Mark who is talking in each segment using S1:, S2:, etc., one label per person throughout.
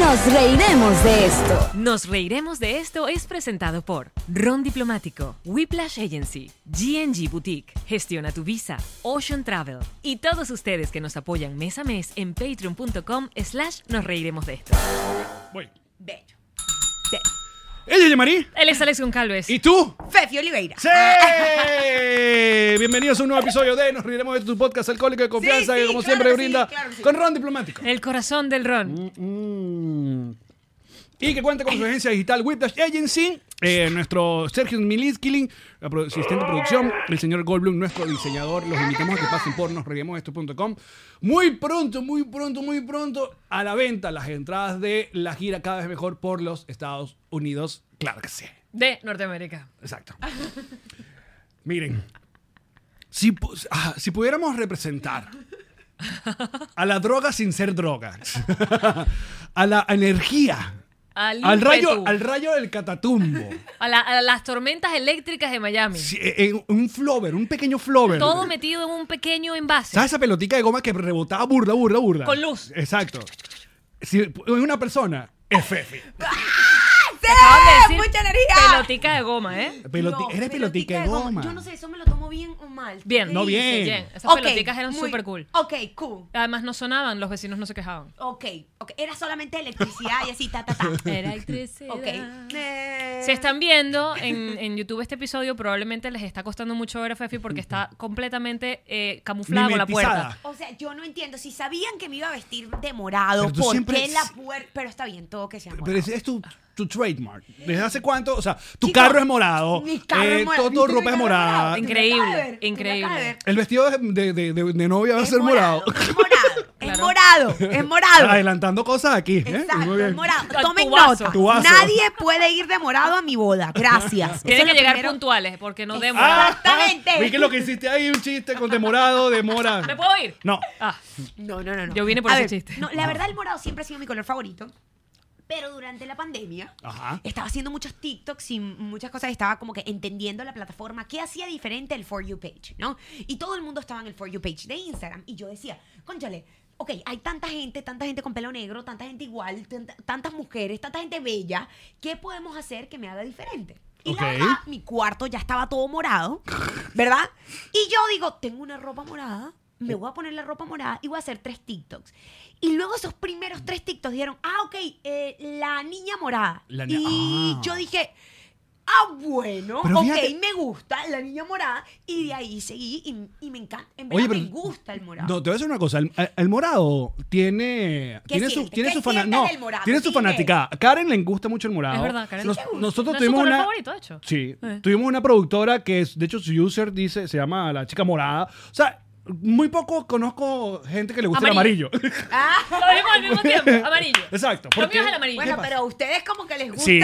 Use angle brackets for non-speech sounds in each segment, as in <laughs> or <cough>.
S1: Nos reiremos de esto.
S2: Nos reiremos de esto es presentado por Ron Diplomático, Whiplash Agency, GNG Boutique, Gestiona tu Visa, Ocean Travel y todos ustedes que nos apoyan mes a mes en patreon.com slash nos reiremos de esto.
S3: Voy.
S4: Bello.
S3: Ella es Yamari.
S2: Él es Alex Goncalves.
S3: ¿Y tú?
S4: Fefi Oliveira.
S3: ¡Sí! Bienvenidos a un nuevo episodio de Nos Riremos de tu podcast alcohólico de confianza
S4: Sí,
S3: que
S4: sí,
S3: como
S4: claro
S3: siempre
S4: que sí,
S3: brinda
S4: claro que sí.
S3: con Ron Diplomático.
S2: El corazón del Ron.
S3: Mm. Y que cuenta con su agencia digital Whiplash Agency, eh, nuestro Sergio Miliskilling, la pro- asistente de producción, el señor Goldblum, nuestro diseñador. Los invitamos a que pasen por nosreiriemosesto.com. Muy pronto, muy pronto, muy pronto a la venta las entradas de la gira cada vez mejor por los Estados Unidos. Claro que sí.
S2: De Norteamérica.
S3: Exacto. Miren, si, pu- ah, si pudiéramos representar a la droga sin ser droga, <laughs> a la energía,
S2: Al,
S3: al rayo,
S2: ímpetu.
S3: al rayo del catatumbo,
S2: A, la- a las tormentas eléctricas de Miami.
S3: si- eh, en un flover, un pequeño flover.
S2: Todo metido en un pequeño envase.
S3: ¿Sabes esa pelotica de goma que rebotaba burda, burda, burda?
S2: Con luz.
S3: Exacto. Si es una persona, es Fefi.
S2: Acaban de decir
S4: ¡Eh! ¡Mucha energía!
S2: Pelotica de goma, ¿eh?
S3: Peloti-
S4: No,
S3: eres pelotica, de goma.
S4: Yo no sé, eso me lo tomo bien o mal.
S2: Bien.
S3: No,
S2: Sí,
S3: bien.
S2: Esas
S4: Ok,
S2: peloticas eran
S4: muy-
S2: súper cool.
S4: Ok, cool.
S2: Además no sonaban, los vecinos no se quejaban.
S4: Ok, ok. Era solamente electricidad y así,
S2: <laughs>
S4: ta, ta, ta.
S2: Eh.
S3: <laughs>
S2: Electricidad.
S4: Ok. Eh,
S2: Se están viendo en, en YouTube este episodio, probablemente les está costando mucho ver a Fefi porque está completamente eh, camuflada con la puerta.
S3: Mimetizada.
S4: O sea, yo no entiendo. Si sabían que me iba a vestir de morado,
S3: Pero tú
S4: ¿por
S3: siempre-
S4: qué la puerta? Pero está bien, todo que sea morado.
S3: Pero ese es tu, tu trademark. ¿Desde hace cuánto? O sea, tu
S4: Chico,
S3: carro es morado.
S4: Mi carro
S3: eh,
S4: es morado.
S3: Todo,
S4: Mi
S3: tu ropa es
S4: carro
S3: morada.
S4: morado. Te
S2: Increíble,
S4: acabo de ver, te
S2: increíble.
S4: acabo de ver.
S3: El vestido de, de- de- de novia va a
S4: Es
S3: ser morado.
S4: Es morado, es
S2: Claro.
S4: morado, es morado.
S3: <laughs> Adelantando cosas aquí. ¿eh? Muy
S4: Exacto,
S3: bien.
S4: es morado.
S2: Al
S4: Tomen
S2: tubazo.
S4: nota.
S3: Tubazo.
S4: Nadie puede ir de morado a mi boda.
S2: <laughs> Tienen
S4: Gracias. Eso
S2: que
S4: es lo
S2: llegar
S4: primero.
S2: puntuales porque no demos.
S3: Ah,
S4: Exactamente.
S3: Vi que lo que hiciste ahí, un chiste con de morado, de
S4: <laughs>
S3: mora.
S2: ¿Me puedo ir?
S3: No.
S2: Ah,
S4: No, no, no, no.
S2: Yo vine por
S4: A
S2: ese
S4: ver,
S2: chiste.
S4: No, la verdad, el morado siempre ha sido mi color favorito. Pero durante la pandemia
S3: Ajá.
S4: estaba haciendo muchos TikToks y muchas cosas. Estaba como que entendiendo la plataforma, qué hacía diferente el For You page, ¿no? Y todo el mundo estaba en el For You page de Instagram. Y yo decía, conchale, ok, hay tanta gente, tanta gente con pelo negro, tanta gente igual, tanta- tantas mujeres, tanta gente bella. ¿Qué podemos hacer que me haga diferente? Y
S3: Ok.
S4: la verdad, mi cuarto ya estaba todo morado, ¿verdad? Y yo digo, tengo una ropa morada, me voy a poner la ropa morada y voy a hacer tres TikToks. Y luego esos primeros tres TikToks dijeron, ah, ok, eh, la niña morada.
S3: La niña-
S4: y
S3: ah.
S4: yo dije, ah, bueno,
S3: Pero
S4: ok,
S3: fíjate-
S4: me gusta la niña morada. Y de ahí seguí y, y me encanta, en verdad
S3: Oye, pero-
S4: me gusta el <laughs> morado.
S3: No, te voy a decir una cosa. El, el morado tiene.
S4: ¿Qué
S3: Tiene su,
S4: sientes?
S3: tiene
S4: ¿Qué
S3: su, fana-
S4: sientes
S3: no,
S4: del morado?
S3: tiene su
S4: Dime.
S3: fanaticada. Karen le gusta mucho el morado.
S2: Es verdad, Karen.
S3: Nos-
S2: Sí, te gusta. ¿No
S3: nosotros
S2: es su
S3: tuvimos
S2: color
S3: una.
S2: favorito, de hecho?
S3: Sí.
S2: Eh.
S3: Tuvimos una productora que es, de hecho, su user dice, se llama La Chica Morada. O sea, muy poco conozco gente que le gusta
S2: Amarillo.
S3: el amarillo. <laughs>
S4: Ah,
S2: lo vimos al mismo tiempo, amarillo.
S3: Exacto,
S2: Lo
S3: porque-
S2: mío es el amarillo.
S4: bueno, pero a ustedes como que les gusta
S3: yo- eh,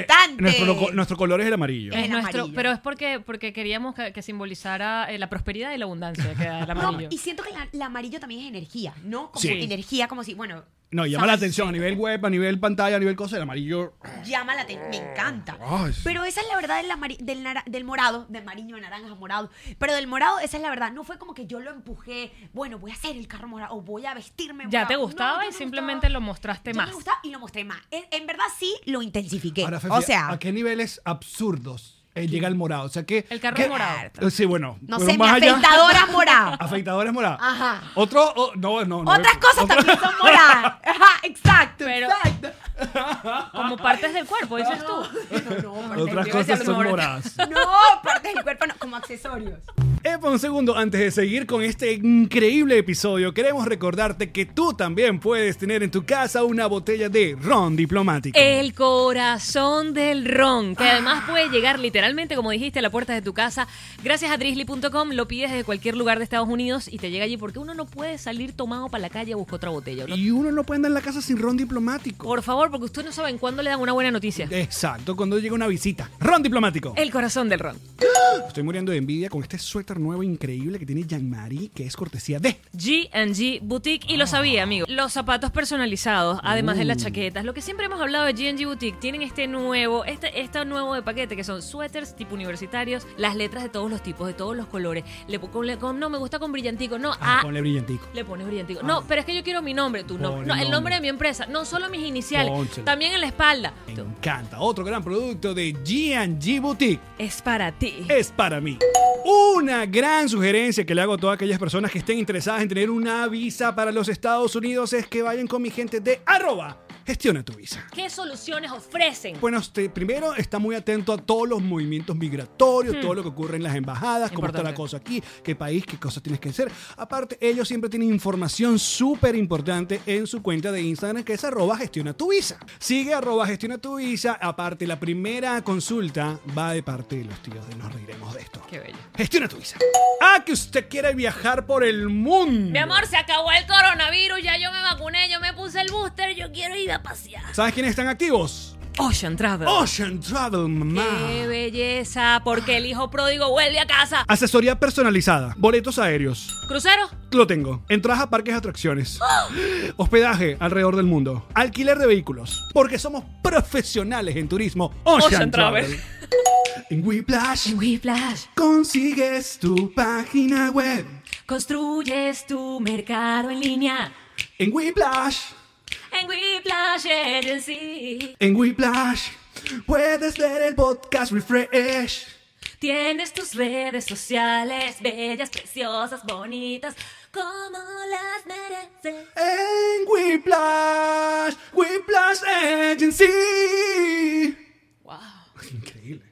S3: eh,
S4: bastante.
S3: nuestro, co- nuestro color es el amarillo.
S4: Eh,
S2: es
S4: el
S2: nuestro,
S4: amarillo.
S2: pero es porque, porque queríamos que, que simbolizara eh, la prosperidad y la abundancia que da el
S4: No,
S2: amarillo.
S4: y siento que la, la amarillo también es energía, ¿no? Como
S3: Sí.
S4: energía, como si, bueno.
S3: No, y llama la atención a nivel web, a nivel pantalla, a nivel cosa, el amarillo.
S4: Llama la atención, me encanta.
S3: Ay, sí.
S4: Pero esa es la verdad del, amari- del, nara- del morado, de amarillo, naranja, morado. Pero del morado, esa es la verdad. No fue como que yo lo empujé, bueno, voy a hacer el carro morado o voy a vestirme
S2: ya
S4: morado.
S2: te
S4: No,
S2: gustaba
S4: ya
S2: y
S4: me
S2: simplemente
S4: gustaba.
S2: lo mostraste
S4: Ya
S2: más.
S4: me gustaba y lo mostré más. En, en verdad sí lo intensifiqué.
S3: Ahora, Fefi,
S4: o sea,
S3: ¿a qué niveles absurdos eh, llega el morado? O sea, que.
S2: El carro
S3: que-
S2: es morado.
S3: Eh, Sí, bueno.
S4: no
S3: pero
S4: sé, mi
S3: más allá-
S4: afeitadora morada.
S3: Afeitadores morados.
S4: Ajá.
S3: Otro. o- no, no, no.
S4: Otras cosas
S3: Otro- <laughs>
S4: también son moradas. Ajá, exacto,
S2: Pero-
S4: exacto.
S2: Como partes del cuerpo, dices tú.
S4: No, no, no,
S3: Otras
S2: Yo iba a decir
S3: cosas
S2: los
S3: son
S2: morados.
S3: moradas.
S4: No, partes del cuerpo no, como accesorios.
S3: Epa, un segundo, antes de seguir con este increíble episodio, queremos recordarte que tú también puedes tener en tu casa una botella de ron diplomático.
S2: El corazón del ron, que además puede llegar literalmente, como dijiste, a la puerta de tu casa. Gracias a drizzly.com lo pides desde cualquier lugar de Estados Unidos y te llega allí porque uno no puede salir tomado para la calle a buscar otra botella. ¿no?
S3: Y uno no puede andar en la casa sin ron diplomático.
S2: Por favor, porque
S3: Eh.
S2: ustedes no saben cuándo le dan una buena noticia. Eh.
S3: Exacto, cuando llega una visita. Ron diplomático.
S2: El corazón del ron.
S3: Estoy muriendo de envidia con este suéter nuevo increíble que tiene Jean-Marie, que es cortesía de.
S2: G&G Boutique y lo sabía, amigo. Los zapatos personalizados, además de las chaquetas, lo que siempre hemos hablado de G&G Boutique, tienen este nuevo, este, este nuevo de paquete que son suéteres tipo universitarios, las letras de todos los tipos, de todos los colores. Le po- con- le- con- no me gusta con brillantico, no.
S3: Ah,
S2: ah,
S3: ponle brillantico.
S2: le pones brillantico. No, pero es que yo quiero mi nombre, tu nombre,
S3: Pon
S2: no,
S3: el
S2: el
S3: nombre.
S2: nombre de mi empresa, no solo mis iniciales,
S3: Pónselo.
S2: también en la espalda.
S3: Me
S2: Tú,
S3: encanta. Otro gran producto de G&G Boutique.
S2: Es para ti.
S3: es para mí. Una gran sugerencia que le hago a todas aquellas personas que estén interesadas en tener una visa para los Estados Unidos es que vayan con mi gente de arroba gestiona tu visa.
S2: ¿Qué soluciones ofrecen?
S3: Bueno, usted primero está muy atento a todos los movimientos migratorios, todo lo que ocurre en las embajadas, cómo está la
S2: Importante.
S3: cosa aquí, qué país, qué cosas tienes que hacer. Aparte, ellos siempre tienen información súper importante en su cuenta de Instagram, que es arroba gestiona tu visa. Sigue arroba gestiona tu visa. Aparte, la primera consulta va de parte de los tíos de Nos Reiremos de esto.
S2: Qué bello.
S3: Gestiona tu visa. Ah, que usted quiere viajar por el mundo.
S2: Mi amor, se acabó el coronavirus, ya yo me vacuné, yo me puse el booster, yo quiero ir a pasear.
S3: ¿Sabes quiénes están activos?
S2: Ocean Travel.
S3: Ocean Travel, mamá.
S2: ¡Qué belleza! Porque el hijo pródigo vuelve a casa.
S3: Asesoría personalizada. Boletos aéreos.
S2: ¿Crucero?
S3: Lo tengo. Entradas a parques y
S2: <gasps>
S3: atracciones. Hospedaje alrededor del mundo. Alquiler de vehículos. Porque somos profesionales en turismo. Ocean,
S2: Ocean
S3: Travel.
S2: Travel.
S3: <laughs> en Whiplash
S2: Whiplash,
S3: consigues tu página web.
S2: construyes tu mercado en línea.
S3: En Whiplash.
S2: En Whiplash Agency
S3: En Whiplash. Puedes ver el podcast Refresh.
S2: tienes tus redes sociales, bellas, preciosas, bonitas, como las mereces.
S3: En Whiplash. Whiplash Agency.
S2: ¡Wow!
S3: <laughs> Increíble.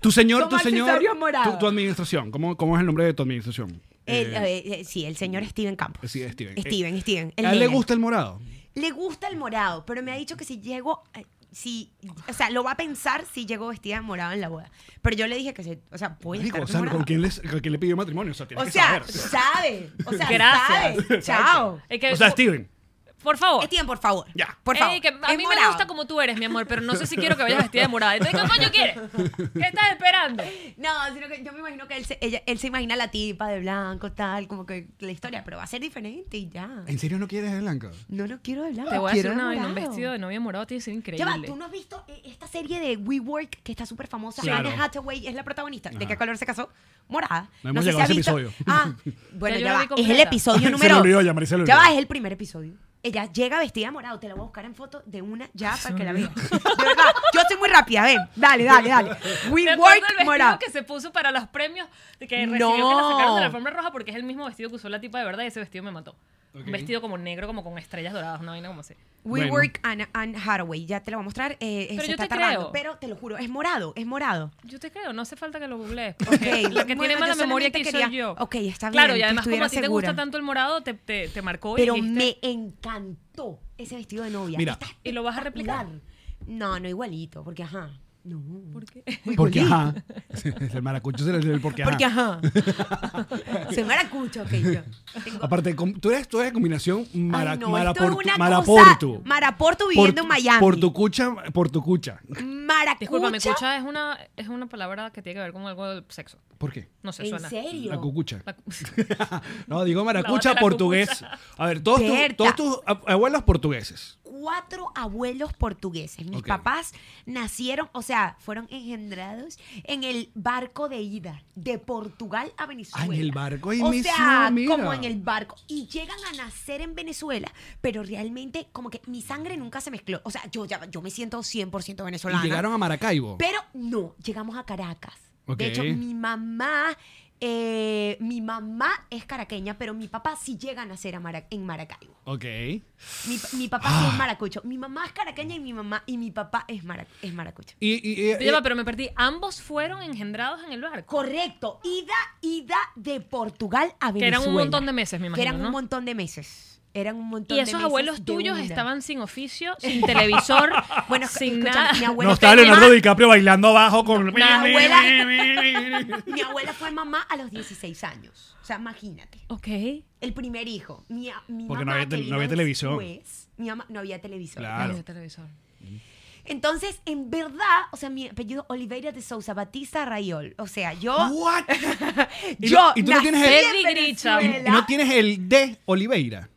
S3: Tu señor,
S4: Como
S3: tu señor.
S4: accesorio morado.
S3: Tu, tu administración. ¿Cómo, ¿Cómo es el nombre de tu administración?
S4: El,
S3: Eh,
S4: eh, eh, sí, el señor Steven Campos.
S3: sí, Steven.
S4: Steven,
S3: Eh,
S4: Steven. el
S3: a él le
S4: nene.
S3: gusta el morado.
S4: Le gusta el morado, pero me ha dicho que si llego, eh, si, o sea, lo va a pensar si llego vestida de morado en la boda. Pero yo le dije que, se, o sea, voy a
S3: Marico,
S4: estar
S3: o sea,
S4: morado.
S3: ¿con quién, les- con quién le pidió matrimonio? O sea, tienes
S4: O
S3: que
S4: sea,
S3: saber.
S4: sabe. O sea,
S2: Gracias.
S4: sabe. Chao.
S2: Es que-
S3: O sea, Steven.
S2: Por favor.
S4: Esteban, por favor.
S3: Ya.
S4: Por
S2: Ey,
S4: favor.
S2: que a
S4: Es
S2: mí me
S4: morado.
S2: gusta como tú eres, mi amor, pero no sé si quiero que vayas vestida de morada. Entonces, ¿qué coño quieres? ¿Qué estás esperando?
S4: No, sino que yo me imagino que él se, ella- él se imagina la tipa de blanco, tal, como que la historia, pero va a ser diferente y ya.
S3: ¿En serio no quieres el blanco?
S4: No, no quiero de blanco.
S2: Te voy a
S4: quiero
S2: hacer
S4: de
S2: una vaina, un
S4: morado.
S2: vestido de novia morado, tiene que ser increíble.
S4: Ya va, ¿tú no has visto eh, esta serie de WeWork que está súper famosa?
S3: Sí. Claro.
S4: Anne Hathaway es la protagonista. ¿De
S3: Ajá.
S4: qué color se casó? Morada.
S3: No hemos llegado
S4: has
S3: a ese
S4: visto-
S3: episodio.
S4: Ah,
S2: <laughs>
S4: bueno,
S2: Ya yo
S4: ya,
S2: la vi
S4: va. Es el
S2: completa. <laughs>
S4: episodio
S3: Se
S4: número...
S3: le olvidó, ya, Marisa, se le
S4: Ya
S3: olvidó.
S4: va, es el primer episodio. Ella llega vestida de morado. Te la voy a buscar en foto de una ya para que la veas. <laughs> De verdad, yo soy muy rápida. Ven, dale,
S2: <laughs>
S4: dale, dale.
S2: ¿Te acuerdas el
S4: WeWork
S2: vestido
S4: morado.
S2: que se puso para los premios que
S4: No.
S2: recibió que la sacaron de la alfombra roja porque es el mismo vestido que usó la tipa de verdad y ese vestido me mató. Un vestido como negro, como con estrellas doradas, una vaina como así.
S3: Bueno.
S4: WeWork Anne, Anne Hathaway. Ya te la voy a mostrar. eh, eh,
S2: Pero
S4: se
S2: yo
S4: está
S2: te creo.
S4: tardando. Pero te lo juro, es morado, es morado.
S2: Yo te creo, no hace falta que lo googlees.
S4: Ok,
S2: Porque la que
S4: bueno,
S2: tiene mala
S4: yo
S2: memoria
S4: solamente
S2: aquí
S4: quería-
S2: soy yo.
S4: Ok, está
S2: Claro,
S4: bien,
S2: y
S4: que
S2: además como
S4: estuviera
S2: a ti te
S4: segura.
S2: gusta tanto el morado, te, te, te marcó y
S4: Pero
S2: dijiste-
S4: me encantó ese vestido de novia.
S3: Mira.
S4: Está
S2: ¿Y lo vas a replicar?
S4: espectacular. No, no igualito, porque ajá. No. ¿Por qué?
S3: Porque ajá. <laughs> el maracucho es el, el porque ajá.
S4: Porque ajá. <laughs> Soy maracucho, ok, yo. Tengo-
S3: Aparte, com- tú eres, tú eres combinación mara,
S4: Ay, no, esto es
S3: maraportu.
S4: una
S3: maraportu.
S4: cosa- maraportu viviendo en Miami.
S3: Por tu cucha, por tu cucha.
S4: Maracucha.
S2: Discúlpame, cucha es una, es una palabra que tiene que ver con algo del sexo.
S3: ¿Por qué?
S2: No sé,
S4: ¿En
S2: suena.
S4: serio?
S3: La cucucha.
S2: La cu-
S3: <laughs> no, digo
S2: La
S3: maracucha
S2: otra
S3: portugués.
S2: cucucha.
S3: A ver, todos, tu-
S4: Berta.
S3: todos tus ab- abuelos portugueses.
S4: Cuatro abuelos portugueses. Mis
S3: Ok.
S4: papás nacieron, o sea, fueron engendrados en el barco de ida de Portugal a Venezuela.
S3: Ah, en el barco de
S4: O sea,
S3: misión, mira.
S4: como en el barco. Y llegan a nacer en Venezuela, pero realmente como que mi sangre nunca se mezcló. O sea, yo, ya, yo me siento 100% venezolana.
S3: Y llegaron a Maracaibo.
S4: Pero no, llegamos a Caracas.
S3: Ok.
S4: De hecho, mi mamá, eh, mi mamá es caraqueña, pero mi papá sí llega a nacer a Mara- en Maracaibo.
S3: ok.
S4: Mi, pa- mi papá sí
S3: Ah.
S4: es maracucho. Mi mamá es caraqueña y mi mamá y mi papá es, mara- es maracucho.
S3: Y, y- eh,
S4: eh,
S3: y-
S2: Ya va, pero me perdí. Ambos fueron engendrados en el barco.
S4: Correcto. Ida, ida de Portugal a Venezuela.
S2: Que eran un montón de meses, me
S4: Que
S2: imagino,
S4: eran un
S2: ¿no?
S4: montón de meses. Eran un montón
S2: Y
S4: de
S2: esos
S4: meses
S2: abuelos
S4: de
S2: tuyos
S4: una.
S2: estaban sin oficio, sin televisor,
S4: <laughs> Bueno,
S2: sin
S4: escucha,
S2: nada.
S4: Mi
S3: no
S4: abuela,
S3: está
S4: fue
S3: Leonardo
S4: mamá-
S3: DiCaprio bailando abajo con.
S4: Mi
S3: <laughs>
S4: abuela- <laughs> mi abuela fue mamá a los 16 años. O sea, imagínate.
S2: Ok.
S4: El primer hijo. Mi, a- mi
S3: Porque no
S4: mamá,
S3: había
S4: que
S3: tel-
S4: vino
S3: no había televisión.
S4: después, mi mamá no había televisión.
S3: Claro.
S2: Ay, de televisor.
S4: Entonces, en verdad, o sea, mi apellido Oliveira de Sousa Batista Rayol. O sea, yo.
S3: What? Y
S4: yo.
S3: no- y tú no tienes el-
S4: nací en
S2: Pedri Gricha.
S3: Y- y
S4: Venezuela.
S3: no tienes el de Oliveira.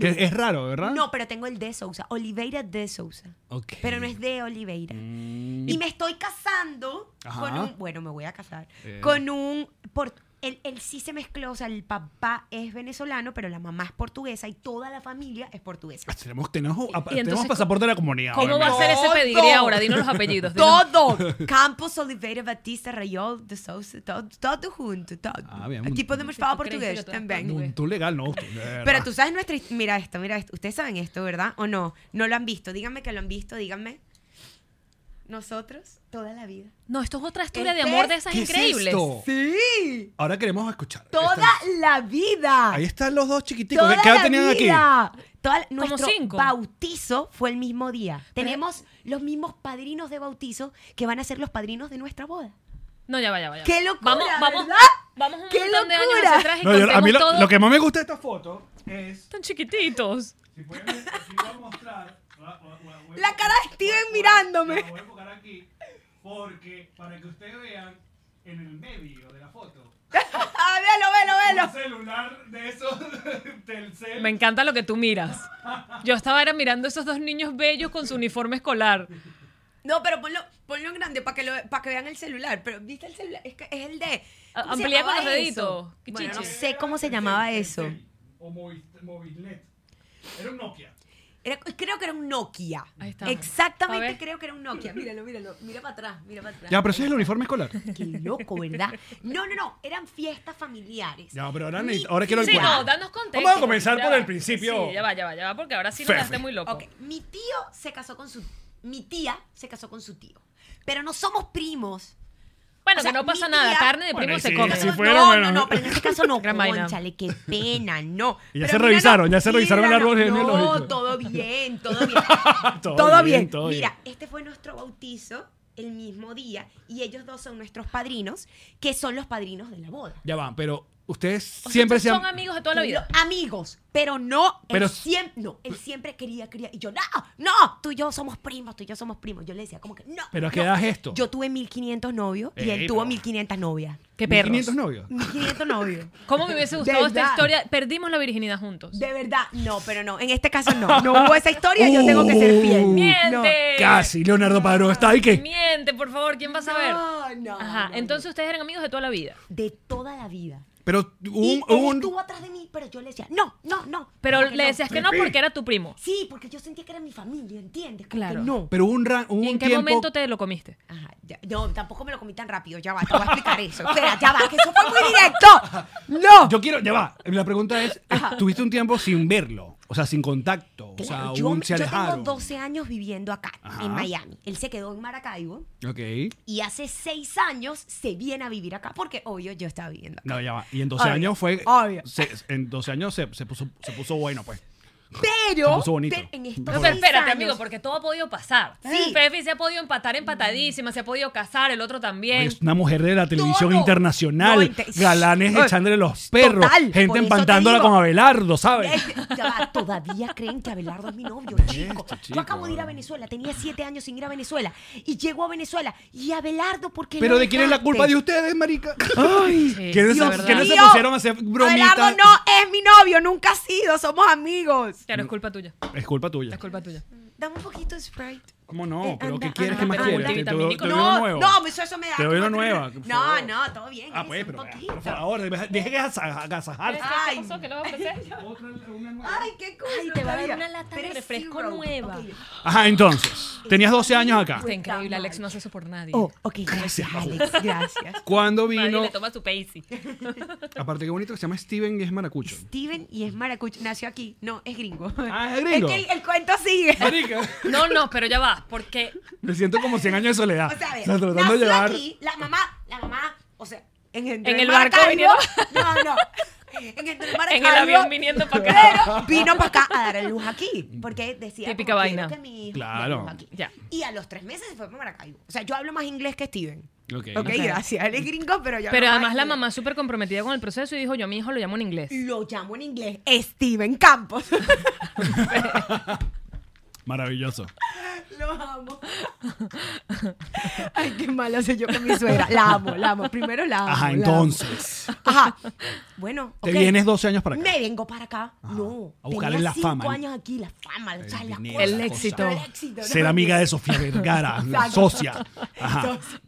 S3: Que es raro, ¿verdad?
S4: No, pero tengo el de Sousa. Oliveira de Sousa.
S3: Ok. Mm.
S4: Pero no es de Oliveira. Y me estoy casando
S3: Ajá.
S4: con un. Bueno, me voy a casar.
S3: Eh.
S4: Con un. Por, él, él sí se mezcló. O sea, el papá es venezolano, pero la mamá es portuguesa y toda la familia es portuguesa.
S3: Ah, Tenemos, tenemos, apa-
S2: entonces,
S3: tenemos pasaporte de la comunidad.
S2: ¿Cómo va a
S3: obviamente.
S2: ser ese
S4: Todo.
S2: pedigrí ahora? Dinos los apellidos. dinos.
S4: Todo.
S3: <laughs>
S4: Campos, Oliveira, Batista, Rayol, de Sousa, todo, todo junto, todo.
S3: Ah, bien.
S4: Aquí podemos
S2: Tú
S4: falar
S2: creíste que
S4: portugués
S2: tú eras
S4: también.
S2: portugués.
S3: Tú legal, no. tú- de verdad.
S4: Pero tú sabes nuestra his- Mira esto, mira esto. Ustedes saben esto, ¿verdad? ¿O no? No lo han visto. Díganme que lo han visto, díganme. Nosotros, toda la vida.
S2: No, esto es otra historia de
S4: ¿Qué?
S2: amor de esas
S3: ¿Qué es
S2: increíbles.
S3: esto?
S4: ¡Sí!
S3: Ahora queremos escuchar.
S4: ¡Toda
S3: Están-
S4: la vida!
S3: Ahí están los dos chiquiticos.
S4: ¡Toda
S3: ¿Qué- ¿Qué edad
S4: la
S3: tenían aquí?
S4: vida! Toda,
S2: Como
S4: nuestro
S2: cinco.
S4: bautizo fue el mismo día. Tenemos los mismos padrinos de bautizo que van a ser los padrinos de nuestra boda.
S2: No, ya va, ya va. ya va.
S4: ¡Qué locura,
S2: Vamos, vamos,
S4: verdad!
S2: vamos un
S4: ¡Qué
S2: montón de años
S4: locura!
S2: hacia atrás y
S3: No, yo- a mí
S2: contemos
S3: lo,
S2: todo.
S3: lo que más me gusta de esta foto es.
S2: Tan chiquititos.
S3: Si pueden ver, aquí voy a mostrar. la- la- voy a-
S4: La cara de Steven mirándome.
S3: La voy a enfocar aquí. Porque, para que ustedes vean, en el medio de la foto.
S4: Ah, véalo,
S3: Un
S4: véalo,
S3: celular de esos <laughs> Telcel.
S2: Me encanta lo que tú miras. Yo estaba era mirando esos dos niños bellos con su uniforme escolar.
S4: No, pero ponlo, ponlo en grande para que, lo- pa' que vean el celular. Pero, ¿viste el celular? Es, que es el de...
S2: A-
S4: ¿cómo se
S2: amplía con
S4: llamaba
S2: los deditos.
S4: eso?
S2: Qué
S4: Bueno, no
S2: chichi.
S4: sé cómo se llamaba eso.
S3: Telcel, O Movi- Movilnet. Era un Nokia.
S4: Era- creo que era un Nokia.
S2: Ahí está. A
S4: Exactamente,
S2: ver.
S4: creo que era un Nokia. Míralo, míralo. Mira para atrás, mira para atrás.
S3: Ya, pero ese es el uniforme <laughs> escolar.
S4: Qué loco, ¿verdad? No, no, no. Eran fiestas familiares.
S3: Ya, pero ahora,
S4: Mi
S3: necesito- ahora quiero el
S2: Sí,
S3: cuento.
S2: no, danos contexto.
S3: Vamos a comenzar
S2: Ya
S3: por
S2: va.
S3: el principio.
S2: Sí, ya va, ya va, ya va, porque ahora sí nos
S3: Fefe.
S2: dejaste muy loco.
S4: Ok, mi tío se casó con su... Mi tía se casó con su tío. Pero no somos primos.
S2: Bueno,
S4: O sea,
S2: que no pasa
S4: mi
S2: nada,
S4: tía-
S2: carne de
S3: Bueno,
S2: primo
S3: y
S2: se
S3: sí,
S2: come.
S3: y sí
S4: No,
S3: fue- fueron,
S4: no,
S3: bueno.
S4: no, pero en este caso no.
S2: Gran vaina.
S4: Conchale, qué pena, no.
S3: <laughs> Y ya
S4: Pero
S3: se
S4: míralo,
S3: revisaron, ya se revisaron el árbol
S4: míralo.
S3: genealógico.
S4: No,
S3: <laughs>
S4: todo bien, todo bien.
S3: Ah, Todo
S4: todo
S3: bien,
S4: bien.
S3: todo
S4: Mira,
S3: bien.
S4: este fue nuestro bautizo el mismo día y ellos dos son nuestros padrinos, que son los padrinos de la boda.
S3: Ya va, pero ustedes
S2: O sea,
S3: siempre se
S2: son
S3: han.
S2: amigos de toda la vida.
S4: Lo- Amigos, pero no,
S3: Pero-
S4: él siempre, no, él siempre quería, quería, y yo, no, no, tú y yo somos primos, tú y yo somos primos. Yo le decía como que, no.
S3: Pero ¿a qué
S4: no.
S3: edad es esto?
S4: Yo tuve 1500 novios y
S3: Ey,
S4: él tuvo
S3: pero-
S4: 1500 novias.
S2: Qué perros.
S3: 500 novios.
S4: 1500 novios.
S3: <laughs>
S2: ¿Cómo me hubiese gustado esta
S4: ¿Verdad?
S2: historia? Perdimos la virginidad juntos.
S4: De verdad, no, pero no. En este caso no. No hubo esa historia, yo tengo que ser
S3: Uh,
S4: fiel.
S2: ¡Miente!
S4: no.
S3: Casi, Leonardo Padrón está ahí que.
S2: ¡Miente, por favor! ¿Quién va a saber?
S4: No, no,
S2: Ajá,
S4: no,
S2: entonces ustedes eran amigos de toda la vida.
S4: De toda la vida.
S3: Pero
S4: y
S3: un.
S4: él
S3: un-
S4: estuvo atrás de mí, pero yo le decía, no, no, no.
S2: Pero
S4: Como que
S2: le
S4: no.
S2: decías que no porque era tu primo.
S4: Sí, porque yo sentía que era mi familia, ¿entiendes? Como
S2: Claro.
S4: Que no.
S3: Pero un, ra- un
S2: ¿Y en qué
S3: tiempo-
S2: momento te lo comiste?
S4: Ajá, ya- no, tampoco me lo comí tan rápido. Ya va, te voy a explicar eso. Espera, ya va, que eso fue <laughs> muy directo. No.
S3: Yo quiero, ya va. La pregunta es, eh, ¿tuviste un tiempo sin verlo? O sea, sin contacto.
S4: Claro,
S3: o sea,
S4: yo,
S3: un, se
S4: yo
S3: alejaron.
S4: tengo 12 años viviendo acá,
S3: Ajá.
S4: en Miami. Él se quedó en Maracaibo
S3: Ok.
S4: y hace 6 años se viene a vivir acá porque, obvio, yo estaba viviendo acá.
S3: No, ya va. Y en 12
S4: Obvio,
S3: años fue...
S4: obvio.
S3: se- en 12 años se, se puso, se puso bueno, pues. Se
S4: Pero,
S3: puso bonito.
S4: pero en estos
S2: No, pero
S4: seis
S2: espérate,
S4: años-
S2: amigo, porque todo ha podido pasar.
S4: Sí.
S2: Fefi se ha podido empatar empatadísima, se ha podido casar, el otro
S3: Oye,
S2: también.
S3: Es una mujer de la televisión
S4: Todo.
S3: internacional.
S4: No, inte-
S3: galanes
S4: Ay,
S3: echándole los perros.
S4: total, por
S3: gente
S4: eso
S3: empantándola
S4: te digo.
S3: con Abelardo,
S4: <laughs>
S3: ¿sabes?
S4: Eh, ya va, todavía creen que Abelardo es mi novio, chico.
S3: esto, Este chico?
S4: Yo acabo de ir a Venezuela, tenía siete años sin ir a Venezuela. Y llego a Venezuela. Y Abelardo, ¿por qué
S3: Pero
S4: no
S3: ¿de quién es la
S4: dejaste?
S3: culpa de ustedes, marica? Ay,
S2: Sí,
S3: ¿quiénes,
S2: Dios
S3: se, quiénes se
S4: mío.
S3: pusieron a hacer bromitas?
S4: Abelardo no es mi novio, nunca ha sido, somos amigos.
S2: Claro, es culpa tuya.
S3: Es culpa tuya.
S2: Es culpa tuya.
S4: Dame un poquito de Sprite.
S3: ¿Cómo no?
S4: Eh,
S3: ¿Pero
S4: anda,
S3: qué quieres?
S4: anda,
S3: ¿Qué más
S4: anda,
S3: quieres?
S4: anda.
S3: Te- te doy- te doy uno
S4: no,
S3: nuevo.
S4: no, eso, eso me da.
S3: Te doy una
S4: como-
S3: nueva. por
S4: No,
S3: favor.
S4: no, todo bien.
S3: Ah,
S4: gracias,
S3: pues,
S4: un
S3: pero
S4: poquito.
S3: por favor, deje que agasaja- agasajarse.
S4: Ay.
S2: ¿Qué pasó? ¿Qué le vas a ofrecer?
S4: Ay, qué cool.
S2: Ay, te va a dar una lata de refresco nueva.
S3: Ajá, entonces, tenías 12 años acá.
S2: Está increíble, Alex no hace eso por nadie.
S4: Oh, ok, gracias, Alex. Gracias.
S3: Cuando
S2: Nadie
S3: vino,
S2: le toma su
S4: <laughs>
S2: Paisy.
S3: aparte qué bonito que se llama Steven y es maracucho.
S4: Steven y es maracucho. Nació aquí. No, <laughs> es gringo.
S3: Ah, es gringo.
S4: que el, el cuento sigue.
S3: Marica,
S2: No, no, pero ya va, porque
S3: me siento como 100 años de soledad.
S4: O sea, a ver,
S3: tratando
S4: nació
S3: de llevar
S4: aquí, la mamá, la mamá, o sea, en, entre
S2: En el barco
S4: Maracaibo- No, no. En,
S2: <laughs>
S4: entre
S2: en el
S4: Maracaibo,
S2: avión viniendo para acá.
S4: Pero vino para acá a dar a luz aquí. Porque decía.
S2: Típica
S4: como,
S2: vaina.
S4: "Quiero que mi hijo
S3: Claro.
S4: dé a luz aquí".
S2: Ya.
S4: Y a los tres meses se fue para Maracaibo. O sea, yo hablo más inglés que Steven.
S3: Ok.
S4: Ok, gracias. Él es gringo, pero yo.
S2: Pero
S4: hablo
S2: además
S4: más
S2: la
S4: inglés.
S2: mamá súper comprometida con el proceso y dijo, yo a mi hijo lo llamo en inglés.
S4: <laughs> Lo llamo en inglés Steven Campos.
S3: <laughs> Maravilloso.
S4: Lo amo. Ay, qué mala soy yo con mi suegra. La amo, la amo. Primero la amo.
S3: Ajá,
S4: la amo.
S3: entonces.
S4: Ajá. Bueno.
S3: Te
S4: Ah, ok.
S3: vienes 12 años para acá.
S4: Me vengo para acá. No.
S3: A buscarle
S4: tenía
S3: la fama,
S4: cinco
S3: ¿no?
S4: años aquí, la fama, o sea,
S3: El
S4: la
S3: dinero,
S4: cosa,
S5: El
S3: la
S5: éxito.
S3: cosa.
S4: el éxito, ¿no?
S3: Ser amiga de Sofía
S4: <laughs>
S3: Vergara, la
S4: Exacto.
S3: socia. Ajá.
S4: Entonces,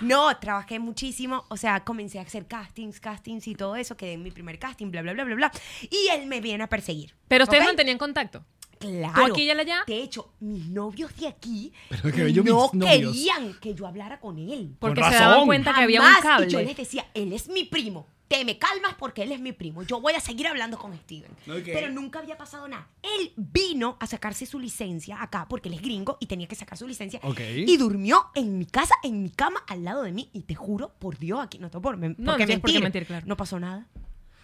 S4: no, trabajé muchísimo, o sea, comencé a hacer castings, castings y todo eso, quedé en mi primer casting, bla, bla, bla, bla, bla. Y él me viene a perseguir.
S5: Pero ustedes
S4: ¿ok?
S5: mantenían contacto.
S4: Claro.
S5: ¿Tú aquí y él allá?
S4: De hecho, mis novios de aquí
S3: Pero que yo
S4: no
S3: mis novios.
S4: querían que yo hablara con él.
S5: Porque
S3: Con
S5: se daban
S3: razón.
S5: cuenta que había un
S4: Jamás.
S5: cable.
S4: Y yo les decía, él es mi primo. Te me calmas porque él es mi primo. Yo voy a seguir hablando con Steven.
S3: Ok.
S4: Pero nunca había pasado nada. Él vino a sacarse su licencia acá porque él es gringo y tenía que sacar su licencia.
S3: Ok.
S4: Y durmió en mi casa, en mi cama, al lado de mí. Y te juro, por Dios, aquí no tengo por, me-
S5: No,
S4: por qué
S5: no tienes
S4: mentir.
S5: por qué mentir, claro.
S4: No pasó nada.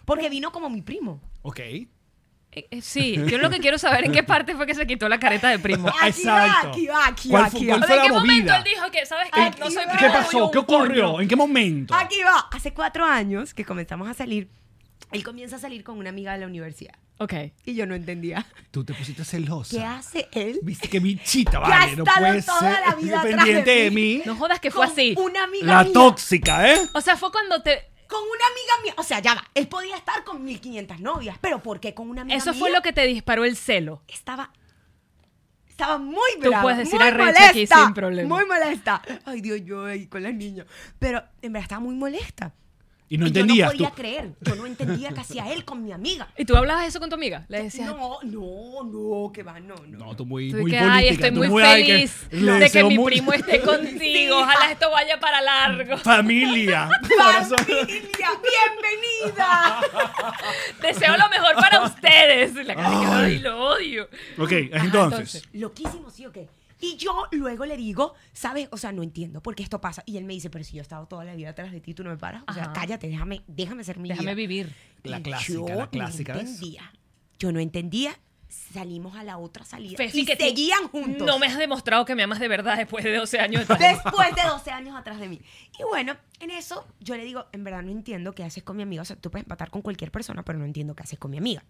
S4: Porque vino como mi primo.
S3: Ok.
S5: Eh, eh, Sí, yo lo que quiero saber en qué parte fue que se quitó la careta
S3: <laughs>
S5: de primo.
S4: Aquí va,
S3: Exacto.
S4: aquí va, aquí
S3: ¿Cuál
S4: va,
S3: fu-
S4: aquí
S3: cuál
S4: va.
S3: fue
S5: ¿En
S3: la
S5: qué momento
S3: movida?
S5: él dijo que, sabes
S4: Ay,
S5: qué? No soy
S4: ¿qué
S3: ¿Qué
S5: primo.
S3: pasó? ¿Qué ocurrió? ¿En qué momento?
S4: Aquí va. Hace cuatro años que comenzamos a salir. Él comienza a salir con una amiga de la universidad.
S5: Ok.
S4: Y yo no entendía.
S3: Tú te pusiste
S4: ¿Qué <laughs>
S3: celosa.
S4: hace él?
S3: Viste que bichita,
S4: ha
S3: vale, no
S4: estado
S3: puede
S4: toda
S3: ser.
S4: la vida atrás
S3: pendiente
S4: de
S3: de mí.
S5: No jodas que fue
S4: Con
S5: así.
S4: Una amiga
S3: La
S4: mía.
S3: tóxica, ¿eh?
S5: O sea, fue cuando te...
S4: Con una amiga mía. O sea, ya va. Él podía estar con 1500 novias, pero ¿por qué con una amiga
S5: Eso
S4: mía?
S5: fue lo que te disparó el celo.
S4: Estaba. Estaba muy
S5: Tú
S4: brava,
S5: puedes decir
S4: muy
S5: arrecha aquí
S4: molesta,
S5: sin problema.
S4: Muy molesta. Ay, Dios, yo ahí con las niñas. Pero en verdad estaba muy molesta.
S3: Y no
S4: Y
S3: entendías
S4: Yo no podía
S3: tú.
S4: creer. Yo no entendía qué hacía él con mi
S5: <laughs>
S4: amiga.
S5: ¿Y tú hablabas eso con tu amiga? Le decías...
S4: No, no, no, que va, no, no.
S3: No, tú muy,
S5: Tú
S3: muy
S5: que,
S3: política.
S5: ay, estoy
S3: tú
S5: muy,
S3: ay, que
S5: feliz
S3: le
S5: de que
S3: deseo
S5: mi
S3: mucho-
S5: primo <laughs> esté contigo. Ojalá esto vaya para <laughs>
S3: <laughs>
S5: largo.
S3: Familia. Corazón.
S4: <laughs> ¡Familia! ¡Bienvenida!
S3: <laughs>
S5: Deseo lo mejor para ustedes. La cara que
S3: Ah. Ay.
S5: ay, lo odio.
S3: <laughs> ok,
S5: Ajá,
S3: entonces.
S4: Loquísimo, ¿sí o qué? Y yo luego le digo, ¿sabes? O sea, no entiendo por qué esto pasa. Y él me dice, pero si yo he estado toda la vida atrás de ti, tú no me paras. O sea,
S5: Ajá.
S4: cállate, déjame, déjame ser mi vida.
S5: Déjame vivir.
S3: La
S4: Y
S3: clásica,
S4: yo
S3: la clásica,
S4: No
S3: ¿ves?
S4: entendía. Yo no entendía. Salimos a la otra salida
S5: Fefi,
S4: y
S5: que te-
S4: seguían juntos.
S5: No me has demostrado que me amas de verdad después de 12 años. de estar-
S4: Después de 12 años atrás de mí. Y bueno, en eso yo le digo, en verdad no entiendo qué haces con mi amiga. O sea, tú puedes empatar con cualquier persona, pero no entiendo qué haces con mi amiga.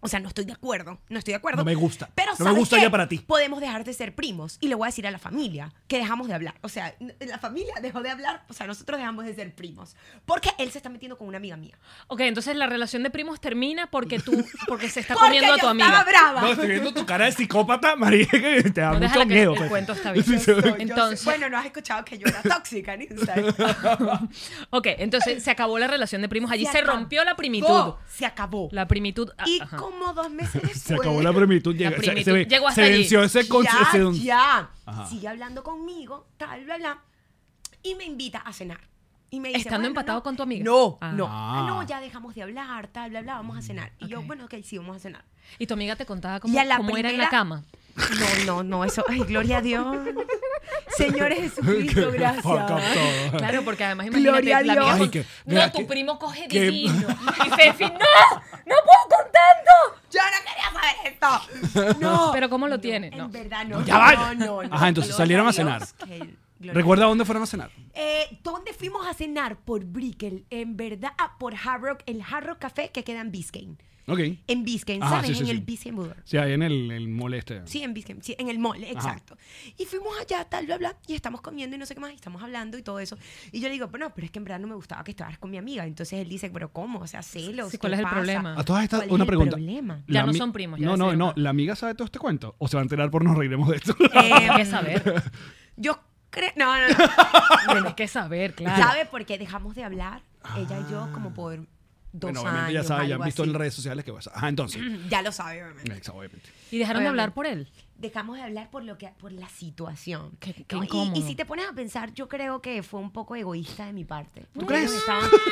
S4: O sea, no estoy de acuerdo, no estoy de acuerdo.
S3: No me gusta.
S4: Pero
S3: No me
S4: ¿sabes
S3: gusta
S4: qué?
S3: ya para ti.
S4: Podemos dejar de ser primos y le voy a decir a la familia que dejamos de hablar. O sea, n- la familia dejó de hablar, o sea, nosotros dejamos de ser primos. Porque él se está metiendo con una amiga mía.
S5: Ok, entonces la relación de primos termina porque tú, porque se
S4: <laughs>
S5: está
S4: porque
S5: comiendo a
S4: yo
S5: tu amiga.
S4: estaba brava.
S3: No, estoy viendo tu cara de psicópata, María, que te da
S5: No,
S3: mucho
S5: déjala que
S3: miedo.
S5: el
S3: pues. <laughs>
S5: cuento está bien.
S3: Sí,
S4: Yo
S3: se
S4: soy,
S3: ve.
S4: yo soy.
S5: <laughs> Entonces-
S4: bueno, no has escuchado que yo era tóxica en Instagram.
S5: <laughs> Ok, entonces se acabó la relación de primos. Allí se,
S4: acabó.
S5: rompió la primitud.
S4: Oh, Se acabó.
S5: La primitud. ah,
S4: Y
S5: ajá.
S4: como dos meses después.
S3: Se acabó la primitud.
S5: La
S3: llega- se-
S5: primitud
S3: se, ve-
S5: llegó hasta
S3: se
S5: allí.
S3: venció ese con-
S4: Ya,
S3: ese don- <laughs>
S4: ya.
S3: Ajá.
S4: Sigue hablando conmigo, tal, bla, bla. Y me invita a cenar. Y me dice,
S5: Estando
S4: bueno,
S5: empatado
S4: no.
S5: con tu amiga.
S4: No,
S5: Ah.
S4: no.
S3: Ah. Mm,
S4: Ah, No, ya dejamos de hablar, tal, bla, bla, vamos a cenar. Y yo,
S5: ok.
S4: bueno, ok, sí, vamos a cenar.
S5: Y tu amiga te contaba cómo,
S4: Y a la
S5: cómo era en la
S4: primera-
S5: cama.
S4: No, no, no, eso. Ay, gloria a
S3: <laughs>
S4: Dios. Señores Jesucristo, gracias.
S3: Fuck up todo. <laughs>
S5: Claro, porque además imagínate
S4: Gloria a
S5: la amiga
S4: Dios.
S5: con-
S3: Ay, que-
S5: no,
S3: mira,
S5: tu
S3: que-
S5: primo coge
S3: que- <laughs>
S5: divino. Y Fefi, no,
S4: <laughs>
S5: no puedo con tanto.
S4: Yo no quería saber
S3: <laughs>
S4: esto. No.
S5: Pero ¿cómo lo tiene?
S4: En
S5: No.
S4: verdad, no.
S3: ya vaya.
S4: No, no, no.
S3: Ajá, entonces
S4: Gloria
S3: salieron a
S4: Dios
S3: cenar.
S4: que- gloria a
S3: ¿Recuerda dónde fueron a cenar?
S4: Eh, ¿Dónde fuimos a cenar? Por Brickell, en verdad, ah, por Hard Rock, el Hard Rock Café que queda en Biscayne.
S3: Ok.
S4: En Biscayne,
S3: Ajá,
S4: ¿sabes?
S3: sí, sí,
S4: en
S3: sí.
S4: el Biscayne Boulevard.
S3: Sí, ahí en el, el este. moleste.
S4: Sí, en Biscayne, sí, en el mall, exacto. Y fuimos allá, tal, bla, bla, y estamos comiendo y no sé qué más, y estamos hablando y todo eso. Y yo le digo, bueno, pero es que en verdad no me gustaba que estabas con mi amiga. Entonces él dice, pero ¿cómo? O sea, celos.
S5: Sí, ¿cuál
S4: ¿qué
S5: es el
S4: pasa?
S5: problema?
S3: A todas estas,
S4: ¿Cuál es
S3: una
S4: el
S3: pregunta.
S4: problema?
S5: Ya
S3: La
S5: no
S3: ami-
S5: son primos, ya
S3: No, no,
S5: decidieron
S3: no.
S5: que-
S3: ¿La amiga sabe todo este cuento? ¿O se va a enterar por nos reiremos de esto? <laughs>
S4: Eh,
S5: Hay que saber.
S4: Yo creo. No,
S3: <laughs>
S4: no, no.
S5: Tienes que saber, claro.
S4: ¿Sabe por qué dejamos de hablar? Ella y yo, como por dos
S3: Ah. Bueno,
S4: años.
S3: obviamente ya sabe, ya han
S4: algo
S3: visto
S4: así.
S3: en redes sociales que pasa. Ajá, entonces.
S4: <clears throat> Ya lo sabe, obviamente.
S3: Ex, obviamente.
S5: Y dejaron de hablar por él.
S4: Dejamos de hablar por lo que por la situación.
S5: Qué- qué
S4: ¿no? Y-
S5: incómodo.
S4: y, si te pones a pensar, yo creo que fue un poco egoísta de mi parte. Mm. ¿Tú
S3: crees?
S4: <laughs>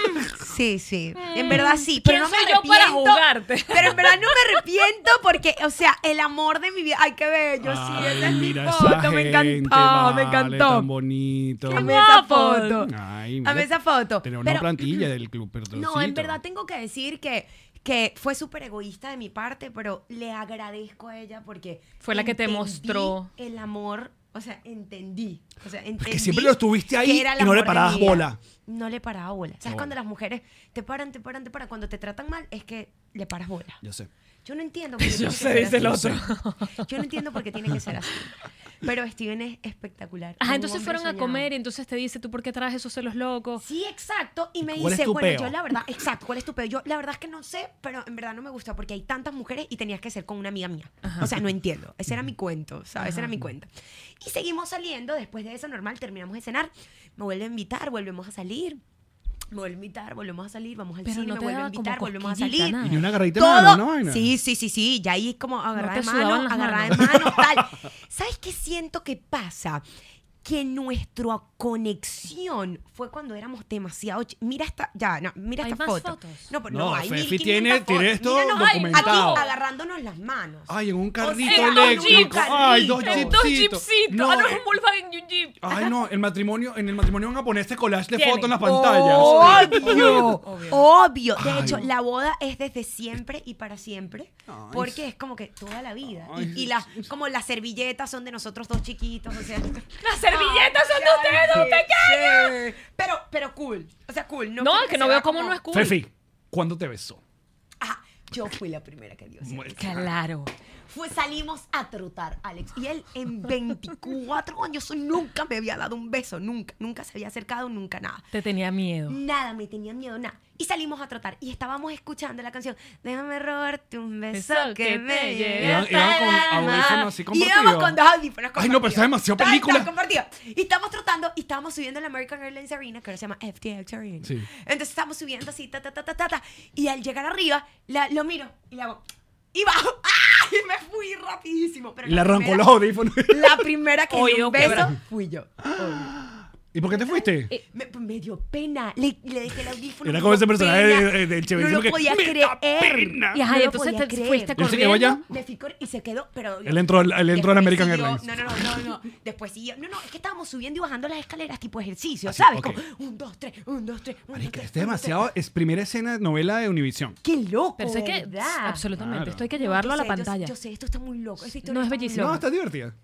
S4: Sí, sí. En verdad sí.
S5: ¿Quién
S4: Pero no me
S5: soy yo
S4: arrepiento.
S5: para jugarte?
S4: Pero en verdad no me arrepiento porque, o sea, el amor de mi vida. Ay, qué bello. sí,
S3: Ay,
S4: esa es mi
S3: mira esa
S4: foto. me
S3: gente,
S4: encantó, me
S3: vale,
S4: encantó.
S3: Tan bonito.
S4: Amé esa
S5: guapos!
S4: foto.
S3: Ay,
S4: Amé esa foto.
S3: Tenemos una
S4: Pero- mm,
S3: plantilla del club, pero
S4: No, en verdad tengo que decir que, que fue súper egoísta de mi parte, pero le agradezco a ella porque...
S5: Fue la que te
S4: entendí
S5: mostró.
S4: El amor, o sea, entendí. O sea, entendí
S3: siempre lo estuviste ahí
S4: que era el
S3: y no le
S4: amor de
S3: parabas
S4: mi vida.
S3: bola.
S4: No le paraba bola. ¿Sabes
S3: bueno.
S4: cuando las mujeres te paran, te paran, te paran? Cuando te tratan mal es que le paras bola.
S3: Yo sé.
S4: Yo no entiendo. por qué
S2: Yo
S4: tiene que
S2: sé,
S4: ser
S2: dice el
S4: así.
S2: otro.
S4: Yo no entiendo por qué tiene que ser así. Pero Steven es espectacular. Es
S2: Ah,
S4: un
S2: entonces
S4: hombre
S2: fueron a
S4: soñado.
S2: comer y entonces te dice, ¿tú por qué traes esos celos locos?
S4: Sí, exacto. Y me
S3: ¿Cuál es
S4: dice,
S3: tu
S4: bueno,
S3: peo?
S4: yo la verdad, exacto, ¿cuál es tu peo? Yo la verdad es que no sé, pero en verdad no me gusta porque hay tantas mujeres y tenías que ser con una amiga mía. O sea, no entiendo. Ese era mi cuento, ¿sabes? Ese era mi cuento. Y seguimos saliendo, después de eso, normal, terminamos de cenar, me vuelve a invitar, volvemos a salir. Me vuelve a invitar, volvemos a salir, vamos al
S2: Pero
S4: cine,
S2: no
S4: me
S2: te
S4: vuelve a
S2: daba como
S4: invitar, volvemos a
S2: cosquillita,
S4: salir.
S2: nada.
S3: Y ni una garrita de mano,
S4: Todo.
S3: ¿no? Vaina.
S4: Sí, sí, sí, sí. Ya ahí como agarrar
S2: te
S4: de
S2: sudaban
S4: mano,
S2: las
S4: agarrar de
S2: manos.
S4: mano, tal.
S2: <laughs>
S4: ¿Sabes qué siento que pasa? Que nuestra conexión fue cuando éramos demasiado. ch- Mira esta, ya, no, mira
S2: ¿Hay
S4: esta
S2: más
S4: foto.
S2: fotos?
S4: No, pero
S3: No,
S4: no, hay
S3: Fefi
S4: 1500
S3: tiene-
S4: fotos.
S3: tiene esto
S4: Míranos
S2: ay,
S3: documentado.
S4: Aquí agarrándonos las manos.
S3: Ay, en un carrito
S2: sea, dos
S3: eléctrico.
S2: jeeps.
S3: Ay, dos
S4: Eh,
S2: Eh,
S3: jeepsitos.
S2: Dos jeepsitos. Ah, no, es un Volkswagen y un jeep.
S3: Ay, no, el matrimonio, en el matrimonio van a poner este collage de
S2: Tiene.
S3: fotos en las pantallas.
S4: Obvio,
S2: Obvio.
S4: obvio. De
S3: Ay.
S4: hecho, la boda es desde siempre y para siempre, porque es como que toda la vida. Y-
S3: Ay.
S4: Y, las como las servilletas son de nosotros dos chiquitos, o sea. Ah,
S2: Las servilletas son de ustedes dos
S4: pequeños. Pero, pero cool, o sea, cool. No,
S2: No,
S4: quiero
S2: es que no
S4: se vea
S2: veo cómo
S4: como-
S2: no es cool.
S3: Fefi, ¿cuándo te besó?
S4: Ah, yo fui la primera que dio. ese beso.
S2: Claro.
S4: Fue, salimos a trotar, Alex. Y él en 24 años nunca me había dado un beso, nunca, nunca se había acercado, nunca nada.
S2: Te tenía miedo.
S4: Nada, me tenía miedo, nada. Y salimos a tratar y estábamos escuchando la canción Déjame robarte un beso
S2: Beso
S4: que,
S2: que
S4: me
S2: te
S4: lleve
S2: lleve
S4: hasta
S3: Iban- iban
S4: el
S3: con
S4: alma".
S3: audífonos así
S4: Y
S3: compartidos.
S4: íbamos con dos audífonos
S3: Ay, no, pero está
S4: compartidos.
S3: demasiado
S4: Tal, tal,
S3: película.
S4: compartido. Y estábamos trotando y estábamos subiendo la American Airlines Arena, que ahora se llama FTX Arena.
S3: Sí.
S4: Entonces estábamos subiendo así, ta, ta, ta, ta, ta, ta. Y al llegar arriba, la- lo miro y le hago... Y bajo. <laughs> ¡Ah! Y me fui rapidísimo. Pero
S3: Le arrancó los
S4: primera,
S3: audífonos. <laughs>
S4: La primera que dio
S2: Oído
S4: un beso
S2: quebrado.
S4: fui yo.
S3: ¿Y por qué te fuiste?
S2: Eh,
S4: Me, pues, me dio pena. Le, le dejé el audífono.
S3: Era
S4: me
S3: como
S4: dio
S3: ese personaje
S4: pena.
S3: de- de- del Cheverísimo
S4: No
S3: que,
S4: lo podía
S3: "Me da
S4: creer.
S3: pena".
S2: Y ajá,
S4: No
S2: y
S4: lo
S2: entonces
S4: podía
S2: te
S4: creer.
S2: fuiste
S3: ¿Él se
S2: corriendo.
S3: quedó allá?
S4: Me fui cor- y se quedó, pero...
S3: Él entró al- él entró al
S4: Después
S3: American
S4: siguió-
S3: Airlines.
S4: No, no, no, no, no. Después siguió... No, no, es que estábamos subiendo y bajando las escaleras tipo ejercicio, ¿sabes?
S3: Ah, ok.
S4: Como un, dos, tres, un, dos, tres, un, dos,
S3: Marica,
S4: tres,
S3: este
S4: un, dos,
S3: demasiado. Es primera escena de novela de Univisión.
S4: tres. ¡Qué loco,
S2: Pero eso hay que.
S4: ¿verdad?
S2: Absolutamente.
S3: Claro.
S2: Esto hay que
S4: No,
S2: llevarlo
S4: yo
S2: a la
S4: sé, yo-
S2: pantalla.
S4: Yo, sé, esto está muy loco. esta historia
S2: No, es
S4: está muy
S2: bellísimo.
S4: loca.
S3: No, está divertida.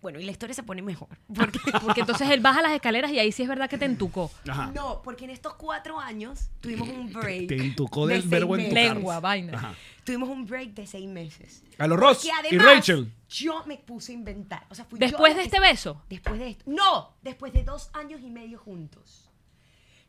S4: Bueno, y la historia se pone mejor. Porque...
S2: Porque entonces él baja las escaleras y ahí sí es verdad que te entucó.
S3: Ajá.
S4: No, porque en estos cuatro años tuvimos un break.
S3: te entucó
S4: de
S3: del
S4: seis
S3: verbo entucar.
S4: meses.
S2: Lengua, vaina.
S3: Ajá.
S4: Tuvimos un break de seis meses.
S3: A los Ross
S4: Que
S3: y
S4: además,
S3: Rachel.
S4: Yo me puse a inventar. O sea, fui yo
S2: Después de
S4: la que-
S2: este beso.
S4: Después de esto. No, después de dos años y medio juntos.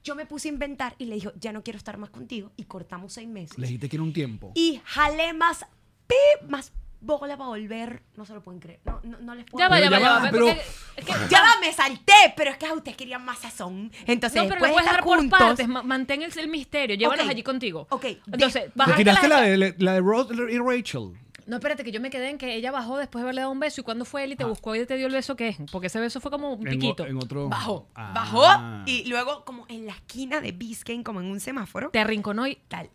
S4: Yo me puse a inventar y le dijo, ya no quiero estar más contigo. Y cortamos seis meses.
S3: Le dijiste que era un tiempo.
S4: Y jalé más, pi- más bola para volver. No se lo pueden creer. No, no, no les puedo
S2: Ya va, ya
S3: Pero
S2: va,
S3: ya
S2: ya
S3: va,
S2: va.
S3: pero-
S2: porque- es que-
S4: Ya va, me salté, pero es que a ustedes querían más sazón. Entonces,
S2: No, pero lo
S4: después de
S2: puedes
S4: estar
S2: dar por
S4: juntos,
S2: partes. ma- Mantén el, el misterio. Llévalos
S4: Ok.
S2: allí contigo.
S4: Ok.
S2: Entonces,
S3: Te
S2: bajas las
S3: tiraste la
S2: escaleras-
S3: de, la de Ross y Rachel.
S2: No, espérate, que yo me quedé en que ella bajó después de haberle dado un beso. ¿Y cuando fue él y te buscó y te dio el beso qué es? Porque ese beso fue como un
S3: En o-
S2: piquito.
S3: en otro-
S2: Bajó.
S3: Ah.
S4: Bajó y luego como en la esquina de Biscayne, como en un semáforo.
S2: Te arrinconó y.
S4: Tal.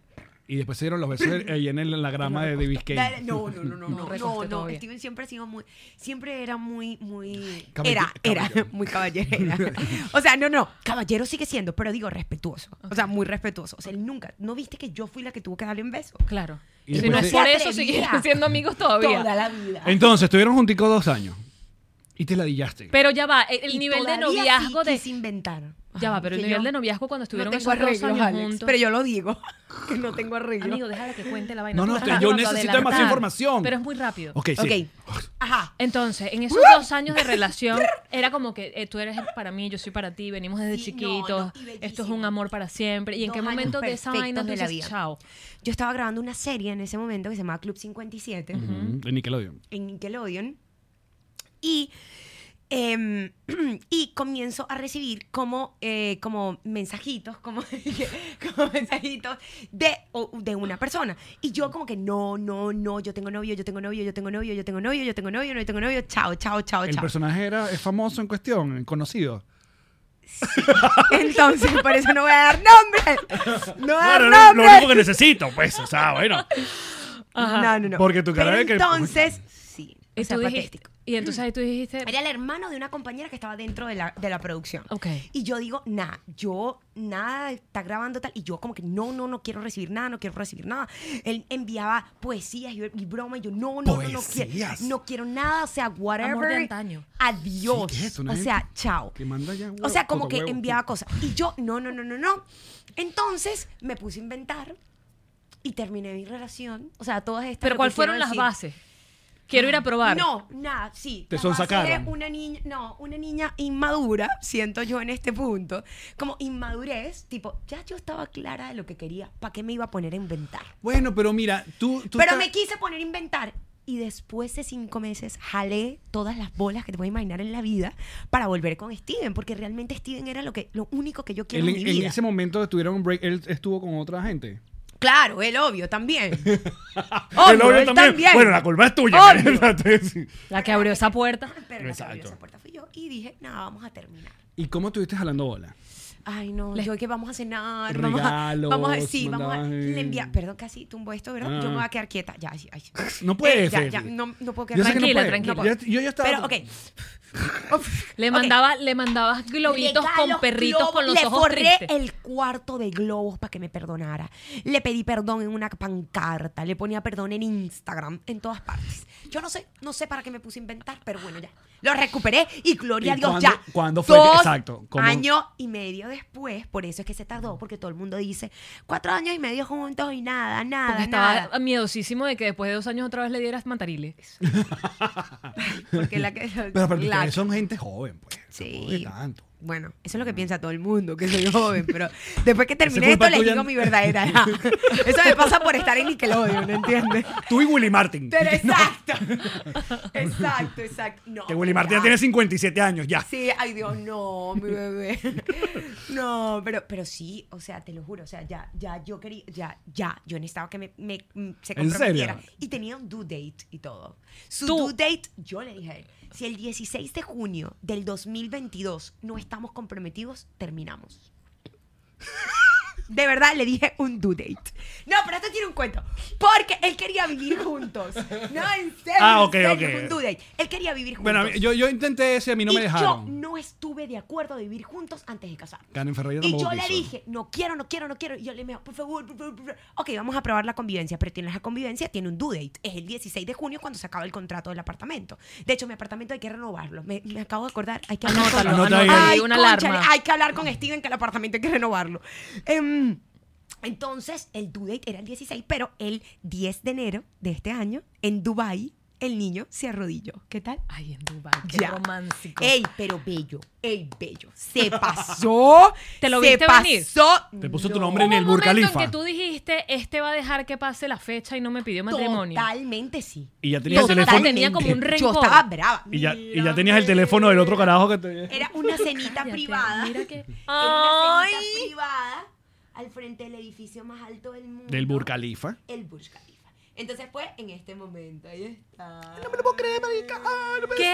S3: Y después se dieron los besos de- ahí en el- en la grama de, de Biscayne.
S4: Dale, No, no, no, no,
S2: No
S4: no,
S2: recostó
S4: no, no.
S2: todavía.
S4: Steven siempre ha sido muy, siempre era muy, muy,
S3: Caballi-
S4: era, era
S3: caballero.
S4: muy caballero. O sea, no, no, caballero sigue siendo, pero digo respetuoso. O sea, muy respetuoso. O sea, él nunca, ¿no viste que yo fui la que tuvo que darle un beso?
S2: Claro.
S3: Y
S2: Y si
S3: después
S2: no
S3: se-
S2: es por
S4: Se
S2: eso,
S4: atrevía.
S2: siguieron siendo amigos todavía.
S4: Toda la vida.
S3: Entonces, estuvieron junticos dos años. Y te ladillaste.
S2: Pero ya va, el, el
S4: Y
S2: nivel de
S4: todavía
S2: noviazgo
S4: sí
S2: de.
S4: quise inventar.
S2: Ya va, pero el
S4: Que
S2: nivel
S4: yo
S2: de noviazgo cuando estuvieron
S4: no tengo
S2: esos dos
S4: arreglos,
S2: años
S4: Alex,
S2: juntos.
S4: Pero yo lo digo, <laughs> que no tengo arreglo.
S2: Amigo, déjala que cuente la vaina.
S3: No, no,
S2: Tú
S3: te-
S2: estás
S3: yo
S2: tratando de
S3: necesito más
S2: adelantar,
S3: información.
S2: Pero es muy rápido.
S3: ok, sí.
S4: Ok. Ajá.
S2: Entonces, en esos dos años de
S3: <laughs>
S2: relación, era como que eh, tú eres para mí, yo soy para ti, venimos desde
S4: Sí, no, no,
S2: chiquitos,
S4: y
S2: esto es
S4: bellísimo.
S2: un amor para siempre. ¿Y en
S4: Dos
S2: qué
S4: años
S2: momento de esa
S4: perfectos
S2: vaina tú
S4: de la
S2: dices
S4: vida.
S2: chao?
S4: Yo estaba grabando una serie en ese momento que se llamaba Club 57
S3: Ujú, De Nickelodeon.
S4: en Nickelodeon y, em, <clears throat> y comienzo a recibir como, eh, como mensajitos, como, <laughs> como mensajitos de, o- de una persona. Y yo como que no, no, no, yo tengo novio, yo tengo novio, yo tengo novio, yo tengo novio, yo tengo novio, no tengo novio, chao, chao, chao,
S3: El
S4: chao.
S3: personaje era es famoso en cuestión, conocido.
S4: Entonces, por eso no voy a dar nombres. No voy a dar
S3: Claro,
S4: nombres.
S3: que necesito, pues, o sea,
S4: <laughs>
S3: bueno.
S4: No, no, no.
S3: Porque tu cara
S4: Pero
S3: de que-
S4: Entonces, sí.
S2: Y,
S4: O sea,
S2: tú dijiste,
S4: patético.
S2: y entonces ahí tú dijiste,
S4: Era el hermano de una compañera que estaba dentro de la, de la producción.
S2: Ok.
S4: Y yo digo, nada, yo, nada, está grabando tal. Y yo como que, no, no, no quiero recibir nada, no quiero recibir nada. Él enviaba poesías y, y broma. Y yo, no, no, no, no quiero.
S3: Poesías.
S4: No quiero nada, o sea, whatever.
S2: Amor de antaño.
S4: Adiós.
S3: Sí, ¿qué es eso? Una
S4: o
S3: gente
S4: sea, chao.
S3: que manda ya huevo-
S4: o sea, como que
S3: cotohuevo.
S4: enviaba cosas. Y yo, no, no, no, no, no. Entonces me puse a inventar y terminé mi relación. O sea, todas estas.
S2: Pero
S4: lo
S2: ¿cuál
S4: que
S2: fueron
S4: quiero
S2: las
S4: decir- Ah,
S2: bases? Quiero ir a probar.
S4: No, nada, sí.
S3: Te
S4: las bases
S3: sonsacaron.
S4: de Una niña, no, una niña inmadura, <laughs> siento yo en este punto. Como inmadurez, tipo, ya yo estaba clara de lo que quería, ¿para qué me iba a poner a inventar?
S3: Bueno, pero mira, tú. tú
S4: Pero
S3: estás-
S4: me quise poner a inventar. Y después de cinco meses jalé todas las bolas que te puedes imaginar en la vida para volver con Steven, porque realmente Steven era lo que lo único que yo quiero
S3: Él
S4: en,
S3: en,
S4: mi
S3: en
S4: vida.
S3: ese momento estuvieron un break, él estuvo con otra gente.
S4: Claro, el obvio también.
S3: <laughs>
S4: Obvio, Oh, él también.
S3: Bueno, la culpa es tuya.
S4: Obvio.
S3: <laughs>
S2: La que abrió esa puerta.
S4: Pero la que abrió
S3: Exacto.
S4: esa puerta fui yo y dije, nada, vamos a terminar.
S3: ¿Y cómo estuviste jalando bola?
S4: Ay, no,
S2: Les-
S4: yo que vamos a cenar, vamos a, vamos a,
S3: Regalos,
S4: sí, vamos a,
S3: mandaban-
S4: le envía, perdón, casi tumbo esto, ¿verdad?
S3: Ah.
S4: Yo me voy a quedar quieta, ya, sí, ay.
S3: No puede
S4: Eh, ya,
S3: ser.
S4: ya, no, no puedo quedar
S3: Yo sé que no
S2: Tranquila,
S3: puede.
S2: tranquila.
S3: Ya- yo ya estaba. <laughs>
S4: Pero, ok. Uf,
S2: Le
S4: ok.
S2: mandaba, le mandabas globitos
S4: Regalos,
S2: con perritos
S4: globos.
S2: con los
S4: Le
S2: ojos
S4: forré
S2: tristes.
S4: el cuarto de globos para que me perdonara. Le pedí perdón en una pancarta. Le ponía perdón en Instagram, en todas partes. Yo no sé, no sé para qué me puse a inventar, pero bueno, ya. Lo recuperé y gloria
S3: ¿Y
S4: a Dios
S3: cuándo-
S4: ya.
S3: cuándo fue que-
S4: Dos
S3: exacto, cómo-
S4: Año y medio después, por eso es que se tardó, porque todo el mundo dice cuatro años y medio juntos y nada, nada,
S2: Porque
S4: nada.
S2: <laughs> estaba miedosísimo de que después de dos años otra vez le dieras mantariles.
S4: Porque la que-
S3: Pero aparte,
S4: la-
S3: ustedes son gente joven, pues.
S4: Sí.
S3: tampoco es tanto. Mm.
S4: Bueno, eso es lo que piensa todo el mundo, que soy joven, pero después que terminé
S3: culpa
S4: esto les
S3: tuya.
S4: digo mi verdadera
S3: <laughs>
S4: edad. Eso me pasa por estar en Nickelodeon, ¿no entiendes?
S3: Tú y Willy Martin.
S4: Pero exacto. Exacto, exacto. No,
S3: Que Willy Martin ya
S4: ya.
S3: tiene 57 años, ya.
S4: Sí, ay Dios, no, mi bebé. <laughs> No, pero, pero sí, o sea, te lo juro, o sea, ya, ya yo quería, ya, ya, yo necesitaba que me, me- mm, se
S3: ¿En serio?
S4: comprometiera. Y tenía un due date y todo. Su
S2: Tú-
S4: due date, yo le dije, si el 16 de junio del 2022 no estamos comprometidos, terminamos. De verdad, le dije un due date. No, pero esto tiene un cuento. Porque él quería vivir juntos. No, en serio.
S3: Ah,
S4: en
S3: ok,
S4: serio,
S3: ok.
S4: Un due date. Él quería vivir juntos
S3: Bueno, a mí- yo, yo intenté ese, a mí no
S4: y
S3: me
S4: Yo
S3: dejaron.
S4: no estuve de acuerdo de vivir juntos antes de casarnos.
S3: Karen Ferreira
S4: y
S3: tampoco
S4: yo le
S3: quiso.
S4: dije, no quiero, no quiero, no quiero. Y yo le dije, por favor, por favor, por favor. Ok, vamos a probar la convivencia, pero tienes la convivencia, tiene un due date. Es el 16 de junio cuando se acaba el contrato del apartamento. De hecho, mi apartamento hay que renovarlo. Me, me acabo de acordar, hay que hablar con-
S2: Anótalo,
S3: Anota ahí.
S2: anótalo,
S4: Ay,
S2: una
S4: cónchale,
S2: alarma.
S4: Hay que hablar con Steven que el apartamento hay que renovarlo. Em, entonces, el due date era el 16, pero el 10 de enero de este año, en Dubai el niño se arrodilló. ¿Qué tal?
S2: Ay, en Dubái, qué
S4: Ya.
S2: romántico.
S4: Ey, pero bello, ey, bello.
S2: <laughs>
S4: Se pasó.
S2: ¿Te lo
S4: se
S2: viste venir?
S4: pasó.
S3: Te puso tu
S4: No.
S3: nombre en
S2: Hubo
S3: el
S2: un
S3: Burj
S2: momento en
S3: Khalifa.
S2: que tú dijiste, este va a dejar que pase la fecha y no me pidió matrimonio.
S4: Totalmente sí.
S3: Y ya tenías el
S2: Totalmente.
S3: teléfono.
S2: Tenía como un
S4: Yo
S2: rencor.
S4: estaba brava.
S3: Y ya, y ya
S4: Mírame.
S3: tenías el teléfono del otro carajo que te.
S4: Era una cenita
S2: <laughs> Cállate,
S4: privada.
S2: Mira que...
S4: Era una
S2: Ay.
S4: cenita privada al frente del edificio más alto del mundo.
S3: Del Burj Khalifa.
S4: El Burj Khalifa. Entonces fue en este momento. Ahí está.
S2: ¿Qué?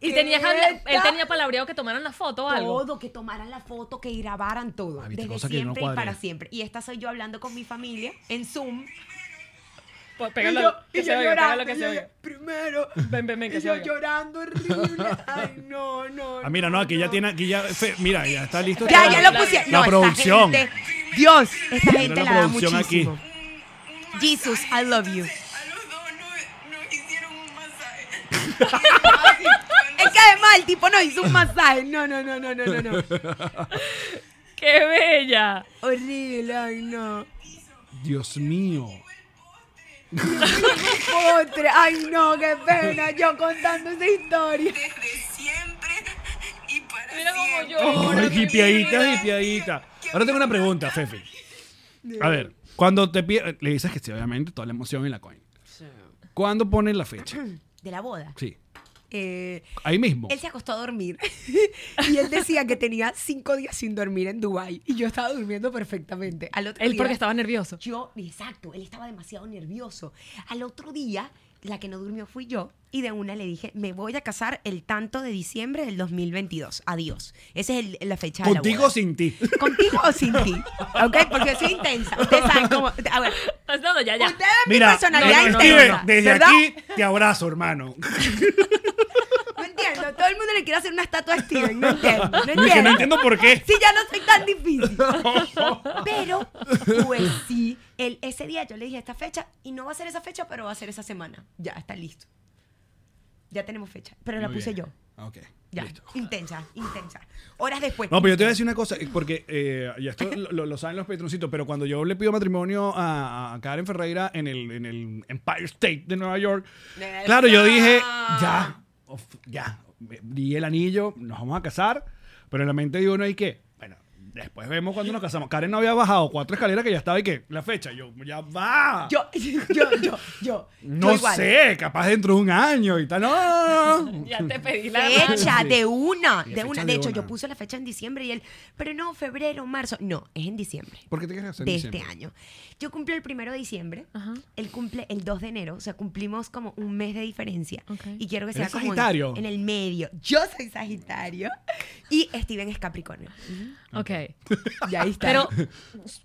S2: Y
S4: ¿Qué
S2: tenías habla- él
S4: tal?
S2: tenía palabreado que tomaran la foto o algo.
S4: Todo, que tomaran la foto, que grabaran todo.
S3: Ah, viste,
S4: desde
S3: cosa que no
S4: siempre y
S3: cuadra.
S4: para siempre. Y esta soy yo hablando con mi familia en Zoom.
S2: Pues Pégalo,
S4: y yo,
S2: que
S4: y
S2: se
S4: yo
S2: oiga,
S4: llorando,
S2: pégalo, que
S4: y
S2: se
S4: yo,
S2: oiga.
S4: primero,
S2: Ven, ven, ven, que
S4: y
S2: se
S4: yo
S2: oiga.
S4: llorando horrible, <laughs> ay, no, no,
S3: Ah, mira, no, aquí ya tiene, aquí ya, fe- mira, ya está listo.
S4: Ya,
S3: todo.
S4: ya lo puse.
S3: La
S4: No, esta
S3: producción.
S4: gente- Dios, esta
S3: Mira
S4: gente
S3: la
S4: la, da
S3: producción aquí.
S4: muchísimo. Jesus, I love you.
S6: A los dos no, nos hicieron un masaje.
S4: <laughs> Es que además el tipo nos hizo un masaje. No, no, no, no, no,
S3: <laughs>
S4: no, no.
S2: ¡Qué bella!
S4: Horrible, ay, no.
S3: Dios mío.
S4: Otra, ay, no, qué pena. Yo contando esa historia.
S6: Desde siempre y para
S2: Mira cómo
S6: siempre.
S2: llora.
S3: Ay, hipiadita, hipiadita. Ahora tengo una pregunta, Fefi. A ver, cuando te pide, le dices que sí, obviamente, toda la emoción en la coin. ¿Cuándo ponen la fecha?
S4: De la boda.
S3: Sí,
S4: Eh,
S3: ahí mismo.
S4: Él se acostó a dormir <laughs> y él decía que tenía cinco días sin dormir en Dubai y yo estaba durmiendo perfectamente. Al otro
S2: Él
S4: día-
S2: porque estaba nervioso.
S4: Yo, exacto, él estaba demasiado nervioso. Al otro día, la que no durmió fui yo y de una le dije, me voy a casar el tanto de diciembre del 2022. Adiós. Esa es el- la fecha de la
S3: Contigo o
S4: boda.
S3: sin ti.
S4: Contigo o sin
S3: <laughs>
S4: ti. ¿Ok? Porque soy intensa. Ustedes saben cómo... A ver,
S2: No, no, ya, ya.
S4: ustedes ven mi
S3: Mira,
S4: personalidad
S2: no, no, no,
S4: intensa.
S3: Steven, desde
S4: ¿verdad?
S3: aquí te abrazo, hermano.
S4: No entiendo. Todo el mundo le quiere hacer una estatua a Steven. No entiendo. No entiendo.
S3: Dije, <laughs> no entiendo por
S4: <laughs>
S3: qué. <laughs>
S4: Si ya no soy tan difícil. Pero, pues sí, el, ese día yo le dije esta fecha y no va a ser esa fecha, pero va a ser esa semana. Ya, está listo. Ya tenemos fecha. Pero la
S3: Muy
S4: puse
S3: bien.
S4: yo.
S3: Ok.
S4: Ya,
S3: Listo.
S4: intensa, intensa. Horas después.
S3: No, pero yo te voy a decir una cosa, eh, porque eh, y esto lo, lo- lo saben los patroncitos, pero cuando yo le pido matrimonio a, a Karen Ferreira en el, en el Empire State de Nueva York,
S4: Neta.
S3: claro, yo dije, ya, of- ya, me- di el anillo, nos vamos a casar, pero en la mente de uno hay que, bueno, después vemos cuando nos casamos. Karen no había bajado cuatro escaleras que ya estaba y que, la fecha, yo, ya va.
S4: Yo, <laughs> yo, yo, yo.
S3: no
S4: yo igual.
S3: sé, capaz dentro de un año y tal. No,
S4: <laughs>
S3: no, no.
S2: Ya te pedí la
S4: Fecha
S3: Sí.
S4: de una, de
S3: fecha
S4: una.
S3: de
S4: De hecho,
S3: una.
S4: yo puse la fecha en diciembre y él, pero no, febrero, marzo. No, es en diciembre.
S3: ¿Por qué te quieres hacer
S4: de
S3: diciembre?
S4: este año. Yo cumplo el primero de diciembre, él cumple el 2 de enero, o sea, cumplimos como un mes de diferencia.
S2: Ok.
S4: Y quiero que sea
S3: ¿Eres
S4: como en-
S3: sagitario?
S4: En, el medio. Yo soy Sagitario <laughs> y Steven es Capricornio.
S2: Ok.
S4: Y ahí <laughs> está.
S2: Pero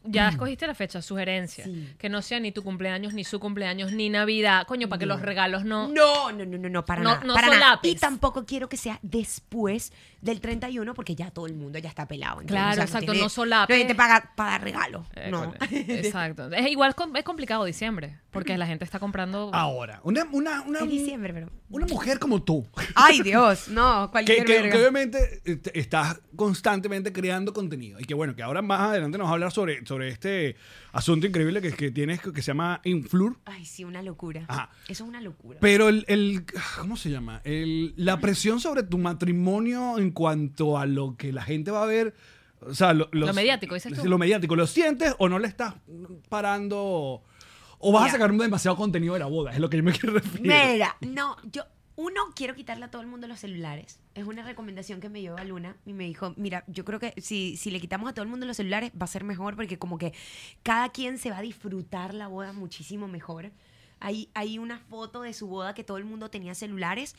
S2: ya escogiste la fecha, sugerencia.
S4: Sí.
S2: Que no sea ni tu cumpleaños, ni su cumpleaños, ni Navidad. Coño, para que los regalos no.
S4: No, no, no, no, no, para
S2: No-
S4: nada.
S2: no
S4: para nada.
S2: solapes.
S4: Y tampoco quiero que sea después del 31 porque ya todo el mundo ya está pelado. ¿entiendes?
S2: Claro, exacto, no solapes.
S4: No hay gente para, para dar regalo.
S2: Eh,
S4: no. <laughs>
S2: con- Exacto. Es igual, com- es complicado diciembre, porque la gente está comprando.
S4: Ah.
S3: Ahora, una, una, una,
S4: es diciembre, pero...
S3: una mujer como tú.
S4: Ay, Dios, no,
S3: que,
S4: cualquier
S3: que-
S4: verga.
S3: que obviamente eh, te- estás constantemente creando contenido. Y que bueno, que ahora más adelante nos va a hablar sobre, sobre este asunto increíble que, que tienes que, que se llama Influr.
S4: Ay, sí, una locura.
S3: Ajá.
S4: Eso es una locura.
S3: Pero el, el- ¿Cómo se llama? El- la presión sobre tu matrimonio en cuanto a lo que la gente va a ver. O sea, lo, los-
S2: Lo mediático, dices tú.
S3: Lo mediático. ¿Lo sientes o no le estás parando? ¿O vas a
S4: Mira.
S3: sacar demasiado contenido de la boda? Es lo que yo me <laughs> quiero referir.
S4: Mira, no, yo, uno, quiero quitarle a todo el mundo los celulares. Es una recomendación que me dio Luna y me dijo, mira, yo creo que si, si le quitamos a todo el mundo los celulares va a ser mejor porque como que cada quien se va a disfrutar la boda muchísimo mejor. Hay, hay una foto de su boda que todo el mundo tenía celulares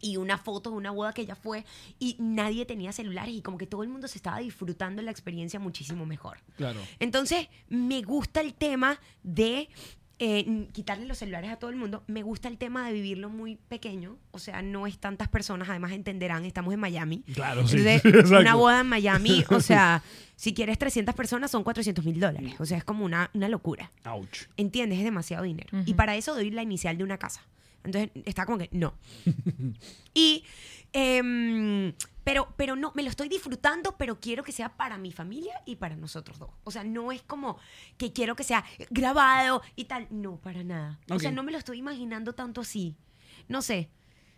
S4: y una foto de una boda que ella fue y nadie tenía celulares y como que todo el mundo se estaba disfrutando la experiencia muchísimo mejor.
S3: Claro.
S4: Entonces, me gusta el tema de eh, n- quitarle los celulares a todo el mundo. Me gusta el tema de vivirlo muy pequeño. O sea, no es tantas personas. Además, entenderán, estamos en Miami.
S3: Claro, sí. <laughs>
S4: Entonces,
S3: Exacto.
S4: una boda en Miami,
S3: <laughs>
S4: o sea, si quieres 300 personas son 400 mil dólares. O sea, es como una, una locura.
S3: Ouch.
S4: ¿Entiendes? Es demasiado dinero. Y para eso doy la inicial de una casa. Entonces, está como que no. <laughs> y, em, pero, pero no, me lo estoy disfrutando, pero quiero que sea para mi familia y para nosotros dos. O sea, no es como que quiero que sea grabado y tal. No, para nada. O sea,
S3: Ok.
S4: no me lo estoy imaginando tanto así. No sé.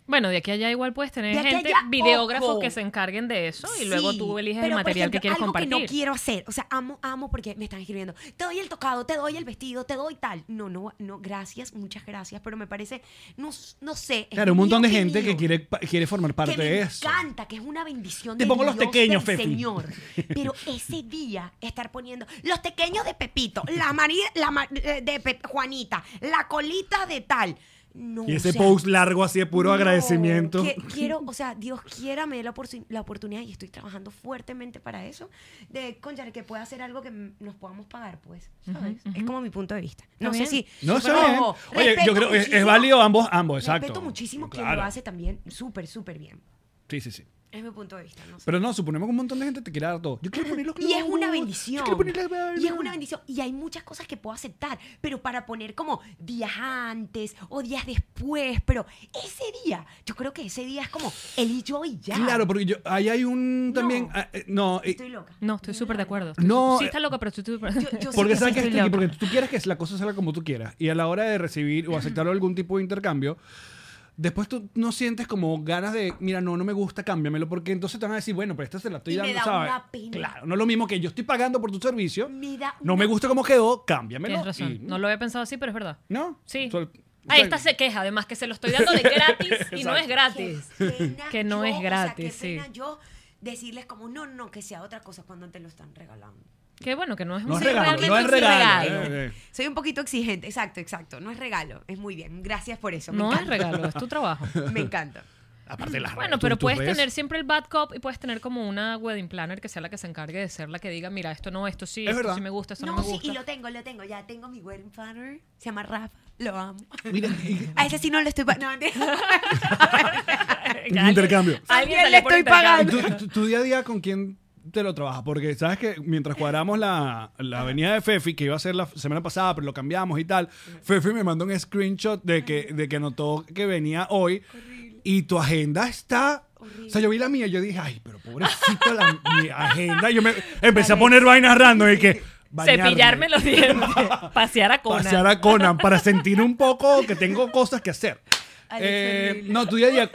S2: Bueno, de aquí a allá igual puedes tener
S4: De aquí a
S2: gente,
S4: allá,
S2: videógrafos
S4: ojo.
S2: que se encarguen de eso y luego
S4: Sí,
S2: tú eliges el
S4: pero, por
S2: material que
S4: ejemplo,
S2: quieres
S4: algo
S2: compartir.
S4: que no quiero hacer. O sea, amo, amo porque me están escribiendo. Te doy el tocado, te doy el vestido, te doy tal. No, no, no, gracias, muchas gracias. Pero me parece, no, s- no sé. es
S3: Claro, un
S4: mi
S3: montón de gente que
S4: opinión,
S3: quiere, pa- quiere formar parte
S4: que me
S3: de eso.
S4: encanta, que es una bendición
S3: Te
S4: de
S3: pongo los
S4: Dios,
S3: tequeños,
S4: del
S3: Fefi.
S4: Señor. Pero ese día estar poniendo los pequeños de Pepito, la marida la ma- eh, de Pe- Juanita, la colita de tal. No,
S3: Y ese
S4: o sea,
S3: post largo así de puro
S4: no,
S3: agradecimiento.
S4: que- quiero, o sea, Dios quiera, me dé la, oportu- la oportunidad y estoy trabajando fuertemente para eso. De, conchale, que pueda hacer algo que m- nos podamos pagar, pues. ¿sabes? Es como mi punto de vista. No
S2: Está
S4: sé
S2: bien.
S4: si.
S3: No sé.
S4: pero,
S3: bien.
S4: ojo,
S3: Oye, yo
S4: respeto
S3: creo que es, es
S4: muchísimo-
S3: válido ambos, ambos, exacto.
S4: Respeto muchísimo quien
S3: Claro.
S4: lo hace también súper, súper bien.
S3: Sí, sí, sí.
S4: Es mi punto de vista, no sé.
S3: Pero no, suponemos que un montón de gente te quiere dar todo. Yo quiero poner los
S4: Y es una
S3: globos,
S4: bendición.
S3: Yo quiero poner las
S4: Y es una bendición. Y hay muchas cosas que puedo aceptar, pero para poner como días antes o días después, pero ese día, yo creo que ese día es como el y yo y ya.
S3: Claro, porque yo, ahí hay un también.
S4: No.
S3: ah, eh, No, eh,
S4: Estoy loca.
S2: No, estoy súper de acuerdo.
S3: No,
S2: no. Sí,
S3: eh,
S2: está loca, pero estoy súper. <laughs>
S4: Yo- yo sé
S3: porque
S4: que
S3: sabes
S4: sí
S3: que es
S4: estoy
S3: tricky,
S4: loca.
S3: porque tú quieres que la cosa salga como tú quieras. Y a la hora de recibir o aceptar algún tipo de intercambio, después tú no sientes como ganas de, mira, no, no me gusta, cámbiamelo, porque entonces te van a decir, bueno, pero esta se la estoy
S4: Y me
S3: dando,
S4: da
S3: ¿sabes?
S4: una pena.
S3: Claro, no es lo mismo que yo estoy pagando por tu servicio.
S4: Me da
S3: no
S4: una-
S3: me gusta cómo quedó, cámbiamelo.
S2: Mm, Tienes razón.
S3: y-
S2: No lo había pensado así, pero es verdad.
S3: ¿No?
S2: Sí.
S3: Sol-
S2: Ahí está se queja, además que se lo estoy dando
S4: <laughs>
S2: de gratis y no es
S3: Exacto.
S2: gratis.
S4: Qué pena
S2: <laughs> Que no
S4: yo,
S2: es
S4: o sea,
S2: gratis,
S4: qué pena
S2: sí.
S4: yo decirles como, no, no, que sea otra cosa cuando te lo están regalando.
S2: Que bueno, que no es un
S3: No es
S2: sí,
S3: regalo,
S2: realmente
S3: no es
S2: un sí
S3: regalo.
S2: regalo.
S3: eh, eh.
S4: Soy un poquito exigente, exacto, exacto. No es regalo, es muy bien. Gracias por eso. Me
S2: No es
S4: encanta.
S2: regalo, es tu
S3: <laughs>
S2: trabajo.
S4: <laughs> Me encanta.
S3: Aparte las
S2: Bueno,
S3: tus-
S2: pero
S3: tus
S2: puedes
S3: redes.
S2: tener siempre el bad cop y puedes tener como una wedding planner que sea la que se encargue de ser la que diga, mira, esto no, esto sí,
S3: Es
S2: esto
S3: verdad.
S2: sí me gusta, esto no,
S4: No,
S2: me
S4: sí,
S2: gusta.
S4: y lo tengo, lo tengo. Ya tengo mi wedding planner. Se llama Rafa. Lo amo.
S2: <laughs>
S3: Mira, <laughs> y-
S4: A ese sí no le estoy pagando. No, mentira. <laughs>
S2: Ya,
S3: Un intercambio.
S4: Alguien le
S2: salió por
S4: estoy
S2: intercambio.
S3: ¿tú- tú- tu día a día con quién te lo trabajas? Porque sabes que mientras cuadramos la, la avenida de Fefi, que iba a ser la semana pasada, pero lo cambiamos y tal, Fefi me mandó un screenshot de que, de que anotó que venía hoy y tu agenda está O sea, yo vi la mía y yo dije, ay, pero
S2: <laughs>
S3: pobrecito la mi agenda. Yo me empecé a poner vainas random y que. bañarme,
S2: Cepillarme los dientes. <laughs> Pasear a Conan.
S3: Pasear a Conan para sentir un poco que tengo cosas que hacer.
S4: Alex
S3: Eh,
S4: Fernández.
S3: no, tu día a día.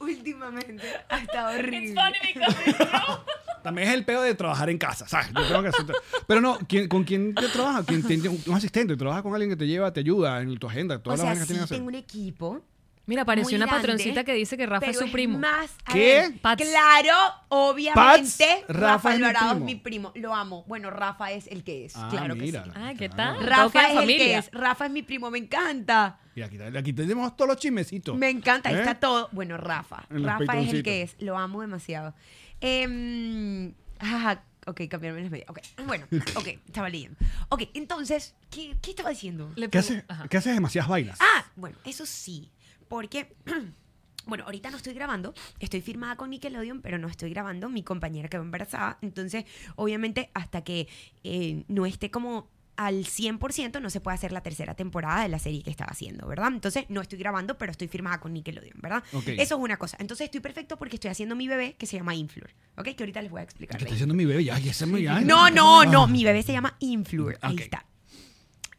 S4: Últimamente ha estado
S2: It's
S4: Ah, horrible.
S2: funny because it's true.
S3: También es el peo de trabajar en casa, ¿sabes? Yo tengo que hacer- Pero no, ¿quién- ¿con quién te trabajas? ¿Quién te- un asistente, trabajas con alguien que te lleva, te ayuda en tu agenda,
S4: O
S3: todas las
S4: sea,
S3: vainas que
S4: sí
S3: tienes que hacer.
S4: tengo un equipo.
S2: Mira, apareció
S4: muy
S2: una
S4: grande,
S2: patroncita que dice que Rafa
S4: pero
S2: es su primo.
S4: Más, a
S3: ¿Qué?
S4: ver,
S2: Pats.
S4: Claro, obviamente.
S3: Rafa
S4: Rafa
S3: es mi
S4: Alvarado es
S3: primo.
S4: mi primo. Lo amo. Bueno, Rafa es el que es.
S3: Ah,
S4: claro
S3: mira.
S4: que sí.
S2: Ah, ¿qué tal? Todo queda
S4: Rafa
S2: en
S4: es el que
S2: familia.
S4: es. Rafa es mi primo, me encanta.
S3: Mira, aquí, aquí tenemos todos los chismecitos.
S4: Me encanta, ahí
S3: ¿Eh?
S4: está todo. Bueno, Rafa.
S3: En los
S4: Rafa es el
S3: patroncitos.
S4: que es. Lo amo demasiado. Em, ajá, ok, cambiarme las medias. Ok,
S3: <laughs>
S4: bueno, ok, estaba leyendo. Ok, entonces, ¿qué, qué estaba diciendo?
S2: Le
S3: ¿Qué
S2: pregun-
S3: haces?
S2: Ajá.
S3: ¿Qué haces demasiadas vainas?
S4: Ah, bueno, eso sí, porque, <clears throat> bueno, ahorita no estoy grabando, estoy firmada con Nickelodeon, pero no estoy grabando, mi compañera quedó embarazada, entonces, obviamente, hasta que eh, no esté como al 100% no se puede hacer la tercera temporada de la serie que estaba haciendo, ¿verdad? Entonces, no estoy grabando, pero estoy firmada con Nickelodeon, ¿verdad?
S3: Ok.
S4: Eso es una cosa. Entonces, estoy perfecto porque estoy haciendo mi bebé que se llama Influr, ¿ok? Que ahorita les voy a explicar.
S3: ¿Qué está
S4: la
S3: haciendo mi bebé? Ay, ese me- ay,
S4: no, no, no.
S3: Ah.
S4: Mi bebé se llama Influer. Ahí
S3: Ok.
S4: está.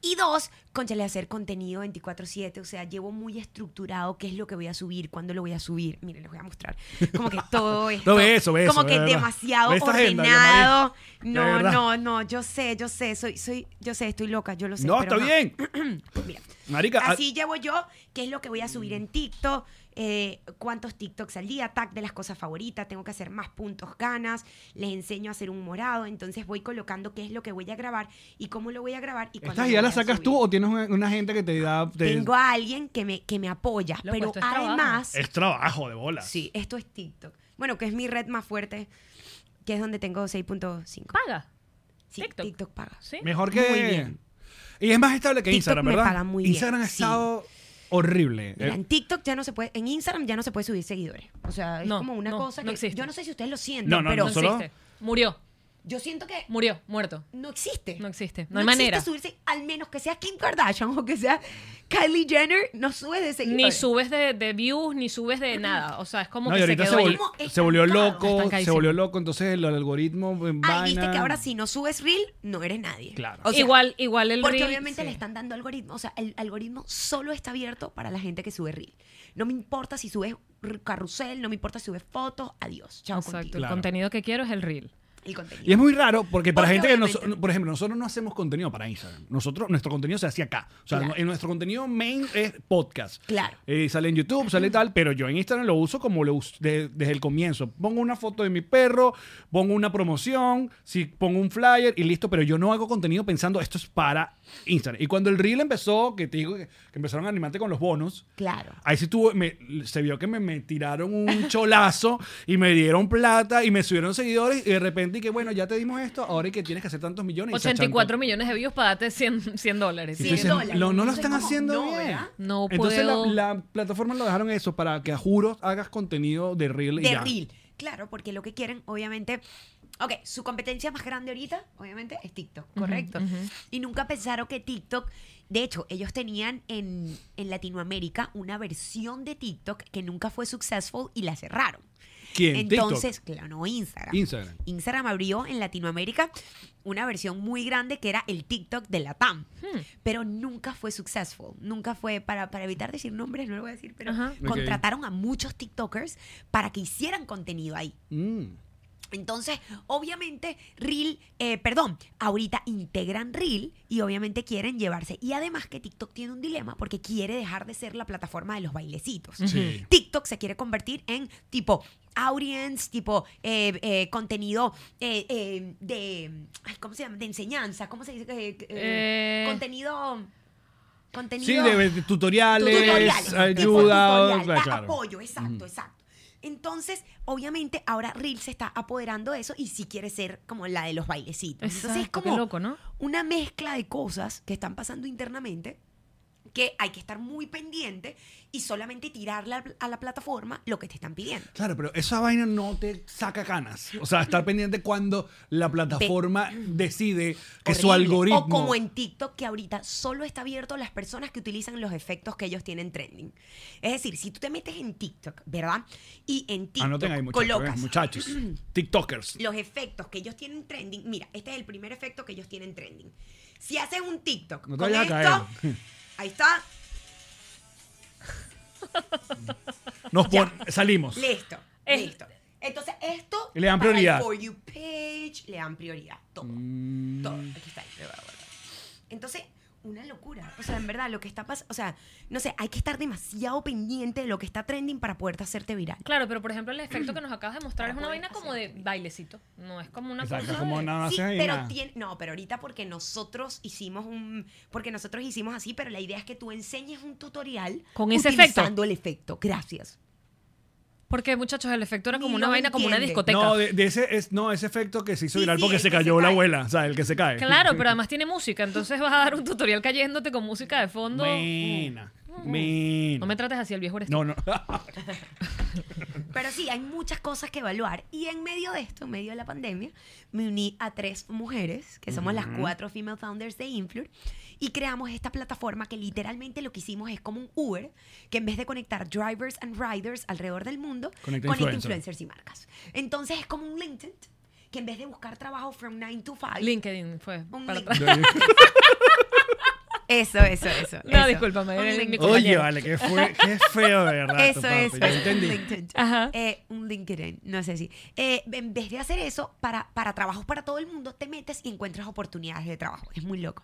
S4: Y dos, conchale, hacer contenido 24-7. O sea, llevo muy estructurado qué es lo que voy a subir, cuándo lo voy a subir. Miren, les voy a mostrar. Como que
S3: <laughs>
S4: todo esto.
S3: ve eso, ve
S4: Como
S3: eso,
S4: que
S3: ve, ve.
S4: demasiado
S3: Ve esta agenda,
S4: ordenado.
S3: Yamari. De
S4: no,
S3: verdad.
S4: no, no. Yo sé, yo sé. Soy, soy, yo sé, estoy loca. Yo lo sé.
S3: No,
S4: pero
S3: está bien.
S4: Mira.
S3: Marica, ah,
S4: Así llevo yo qué es lo que voy a subir en TikTok, eh, cuántos TikToks al día, tag de las cosas favoritas, tengo que hacer más puntos ganas, les enseño a hacer un morado, entonces voy colocando qué es lo que voy a grabar y cómo lo voy a grabar y cuándo
S3: ¿estas
S4: lo
S3: ideas
S4: voy
S3: las
S4: a
S3: sacas
S4: subir.
S3: tú o tienes una, una gente que te da. te-
S4: Tengo a alguien que me, que me apoya,
S2: Loco,
S4: pero
S2: esto es trabajo.
S4: además,
S3: Es trabajo de bola.
S4: sí, esto es TikTok. Bueno, que es mi red más fuerte, que es donde tengo 6.5.
S2: Paga.
S4: Sí,
S2: TikTok.
S4: TikTok. paga.
S2: ¿Sí?
S3: Mejor que.
S4: ¿Eh? Muy bien.
S3: Y es más estable que
S4: TikTok
S3: Instagram,
S4: me
S3: ¿verdad?
S4: paga muy bien,
S3: Instagram ha
S4: sí.
S3: estado horrible.
S4: Mira,
S3: Eh,
S4: en TikTok ya no se puede, en Instagram ya no se puede subir seguidores. O sea, es
S2: No,
S4: como una
S2: no,
S4: cosa
S2: no
S4: que
S2: existe.
S4: yo no sé si ustedes lo sienten,
S3: No, no,
S4: pero
S2: No
S3: solo-
S2: existe. Murió.
S4: yo siento que
S2: Murió. Muerto.
S4: no existe.
S2: No existe. No hay manera.
S4: existe subirse, al menos que sea Kim Kardashian o que sea Kylie Jenner, no sube de seguidores.
S2: Ni subes de, de views, ni subes de
S4: Mm.
S2: nada. O sea, es como
S3: no,
S2: que
S3: y
S2: se
S3: ahorita se,
S2: quedó ahí.
S3: vol-
S4: como
S3: se volvió
S4: estancado.
S3: loco, se
S2: Estancadísimo.
S3: volvió loco, entonces el algoritmo. eh,
S4: Ah, y viste
S3: vaina.
S4: que ahora si no subes Reel, no eres nadie.
S3: Claro.
S4: O sea,
S2: igual, igual el
S4: Porque
S2: reel,
S4: obviamente
S2: sí.
S4: le están dando algoritmo. O sea, el algoritmo solo está abierto para la gente que sube Reel. No me importa si subes r- carrusel, no me importa si subes fotos. Adiós. Chao
S2: Exacto.
S4: contigo.
S2: El
S3: Claro.
S2: contenido que quiero es el reel.
S4: El
S3: Y es
S4: contenido.
S3: muy raro porque para
S4: Porque
S3: gente que
S4: obviamente-
S3: nosotros, por ejemplo, nosotros no hacemos contenido para Instagram. Nosotros, nuestro contenido se hacía acá. O sea,
S4: Claro.
S3: en nuestro contenido main es podcast.
S4: Claro.
S3: Eh, sale en YouTube, sale tal, pero yo en Instagram lo uso como lo uso de- desde el comienzo. Pongo una foto de mi perro, pongo una promoción, si pongo un flyer y listo, pero yo no hago contenido pensando esto es para Instagram. Y cuando el reel empezó, que te digo que, que empezaron a animarte con los bonos.
S4: Claro.
S3: Ahí sí tuvo, me- se vio que me, me tiraron
S4: <laughs>
S3: un cholazo y me dieron plata y me subieron seguidores y de repente y que bueno, ya te dimos esto, ahora y que tienes que hacer tantos millones. y se
S2: 84
S3: achantó.
S2: millones de views para darte 100, 100 dólares.
S3: Y tú
S4: Cien
S3: dices,
S4: dólares.
S3: "Lo- no lo
S4: Entonces,
S3: están
S4: ¿cómo?
S3: haciendo
S4: No,
S3: bien.
S4: ¿verdad?
S2: No
S3: Entonces la,
S2: puedo.
S3: la plataforma lo dejaron eso para que a juros hagas contenido de reel y
S4: de
S3: ya.
S4: reel. Claro, porque lo que quieren, obviamente. Ok, su competencia más grande ahorita, obviamente, es TikTok, correcto. Y nunca pensaron que TikTok. De hecho, ellos tenían en, en Latinoamérica una versión de TikTok que nunca fue successful y la cerraron.
S3: ¿Quién?
S4: Entonces, claro, no Instagram.
S3: Instagram.
S4: Instagram abrió en Latinoamérica una versión muy grande que era el TikTok de la TAM. Pero nunca fue successful. Nunca fue, para, para evitar decir nombres, no lo voy a decir, pero
S2: Ajá.
S3: Ok.
S4: contrataron a muchos TikTokers para que hicieran contenido ahí.
S3: TikTok. Mm.
S4: Entonces, obviamente, Reel, eh, perdón, ahorita integran Reel y obviamente quieren llevarse. Y además que TikTok tiene un dilema porque quiere dejar de ser la plataforma de los bailecitos.
S3: Sí.
S4: TikTok se quiere convertir en tipo audience, tipo eh, eh, contenido eh, eh, de, ay, ¿cómo se llama? De enseñanza, ¿cómo se dice? Eh, eh,
S2: Eh.
S4: Contenido...
S3: Sí,
S4: Contenido...
S3: de, de tutoriales,
S4: Tutoriales,
S3: ayuda,
S4: tipo tutorial,
S3: ah,
S4: a-
S3: claro.
S4: apoyo, exacto, exacto. Entonces, obviamente, ahora Reel se está apoderando de eso y sí quiere ser como la de los bailecitos. Entonces es
S2: Exacto, qué
S4: como
S2: loco, ¿no?
S4: una mezcla de cosas que están pasando internamente que hay que estar muy pendiente y solamente tirarle a a la plataforma lo que te están pidiendo.
S3: Claro, pero esa vaina no te saca canas. O sea, estar pendiente cuando la plataforma decide que su
S4: Horrible.
S3: algoritmo.
S4: O como en TikTok, que ahorita solo está abierto a las personas que utilizan los efectos que ellos tienen trending. Es decir, si tú te metes en TikTok, ¿verdad? Y en TikTok
S3: Anoten ahí, muchachos.
S4: colocas
S3: ¿eh? Muchachos.
S4: <clears throat>
S3: TikTokers.
S4: los efectos que ellos tienen trending. Mira, este es el primer efecto que ellos tienen trending. Si haces un TikTok
S3: No te
S4: con
S3: vayas a
S4: esto,
S3: caer.
S4: ahí está,
S3: Nos pon- salimos.
S4: listo,
S2: Es-
S4: listo. Entonces, esto
S3: Le dan
S4: para el
S3: prioridad. Mm.
S4: For you page, le dan prioridad. Todo. Todo. Aquí está. ahí, lo voy a guardar. Entonces, una locura. O sea, en verdad, lo que está pasando. O sea, no sé, hay que estar demasiado pendiente de lo que está trending para poderte hacerte viral.
S5: Claro, pero por ejemplo el efecto que nos acabas de mostrar
S4: Para
S5: es una
S4: poder
S5: vaina como de bailecito. No es como una
S3: Exacto,
S5: cosa
S3: como
S5: de-
S3: nada más
S4: Sí,
S3: ahí,
S4: pero
S3: nada.
S4: tiene, no, pero ahorita porque nosotros hicimos un, porque nosotros hicimos así, pero la idea es que tú enseñes un tutorial
S2: Con ese
S4: utilizando el efecto. Gracias.
S5: Porque muchachos, el efecto era
S4: Ni
S5: como una
S4: lo
S5: vaina, como una
S4: entiende.
S5: discoteca.
S3: No, de, de ese, es, no, ese efecto que se hizo
S4: Sí,
S3: viral
S4: sí,
S3: porque
S4: el
S3: se
S4: que se
S3: cayó la
S4: cae.
S3: abuela. O sea, el que se cae.
S5: Claro, pero además tiene música, entonces vas a dar un tutorial cayéndote con música de fondo.
S3: Mena.
S5: No me trates así el viejo este. eres tú.
S3: No,
S4: <laughs>
S3: <laughs> no.
S4: Pero sí, hay muchas cosas que evaluar. Y en medio de esto, en medio de la pandemia, me uní a tres mujeres, que somos las cuatro female founders de Influr, y creamos esta plataforma que literalmente lo que hicimos es como un Uber, que en vez de conectar drivers and riders alrededor del mundo,
S3: Conecta
S4: conecta,
S3: influencers.
S4: influencers y marcas. Entonces es como un LinkedIn, que en vez de buscar trabajo from 9 to 5,
S5: LinkedIn fue
S4: Un
S5: para
S4: link.
S5: atrás.
S4: Eso, eso, eso.
S5: <laughs> No,
S4: eso.
S5: discúlpame,
S4: Un
S5: era el
S4: LinkedIn.
S5: micrófono.
S3: Oye,
S5: compañero.
S3: vale, que fue, qué feo, de verdad.
S4: Eso, eso.
S3: Yo
S4: eso, Un
S3: entendí.
S4: LinkedIn.
S5: Ajá.
S4: Eh, un LinkedIn, no sé si. Eh, en vez de hacer eso, para, para trabajos para todo el mundo, te metes y encuentras oportunidades de trabajo. Es muy loco.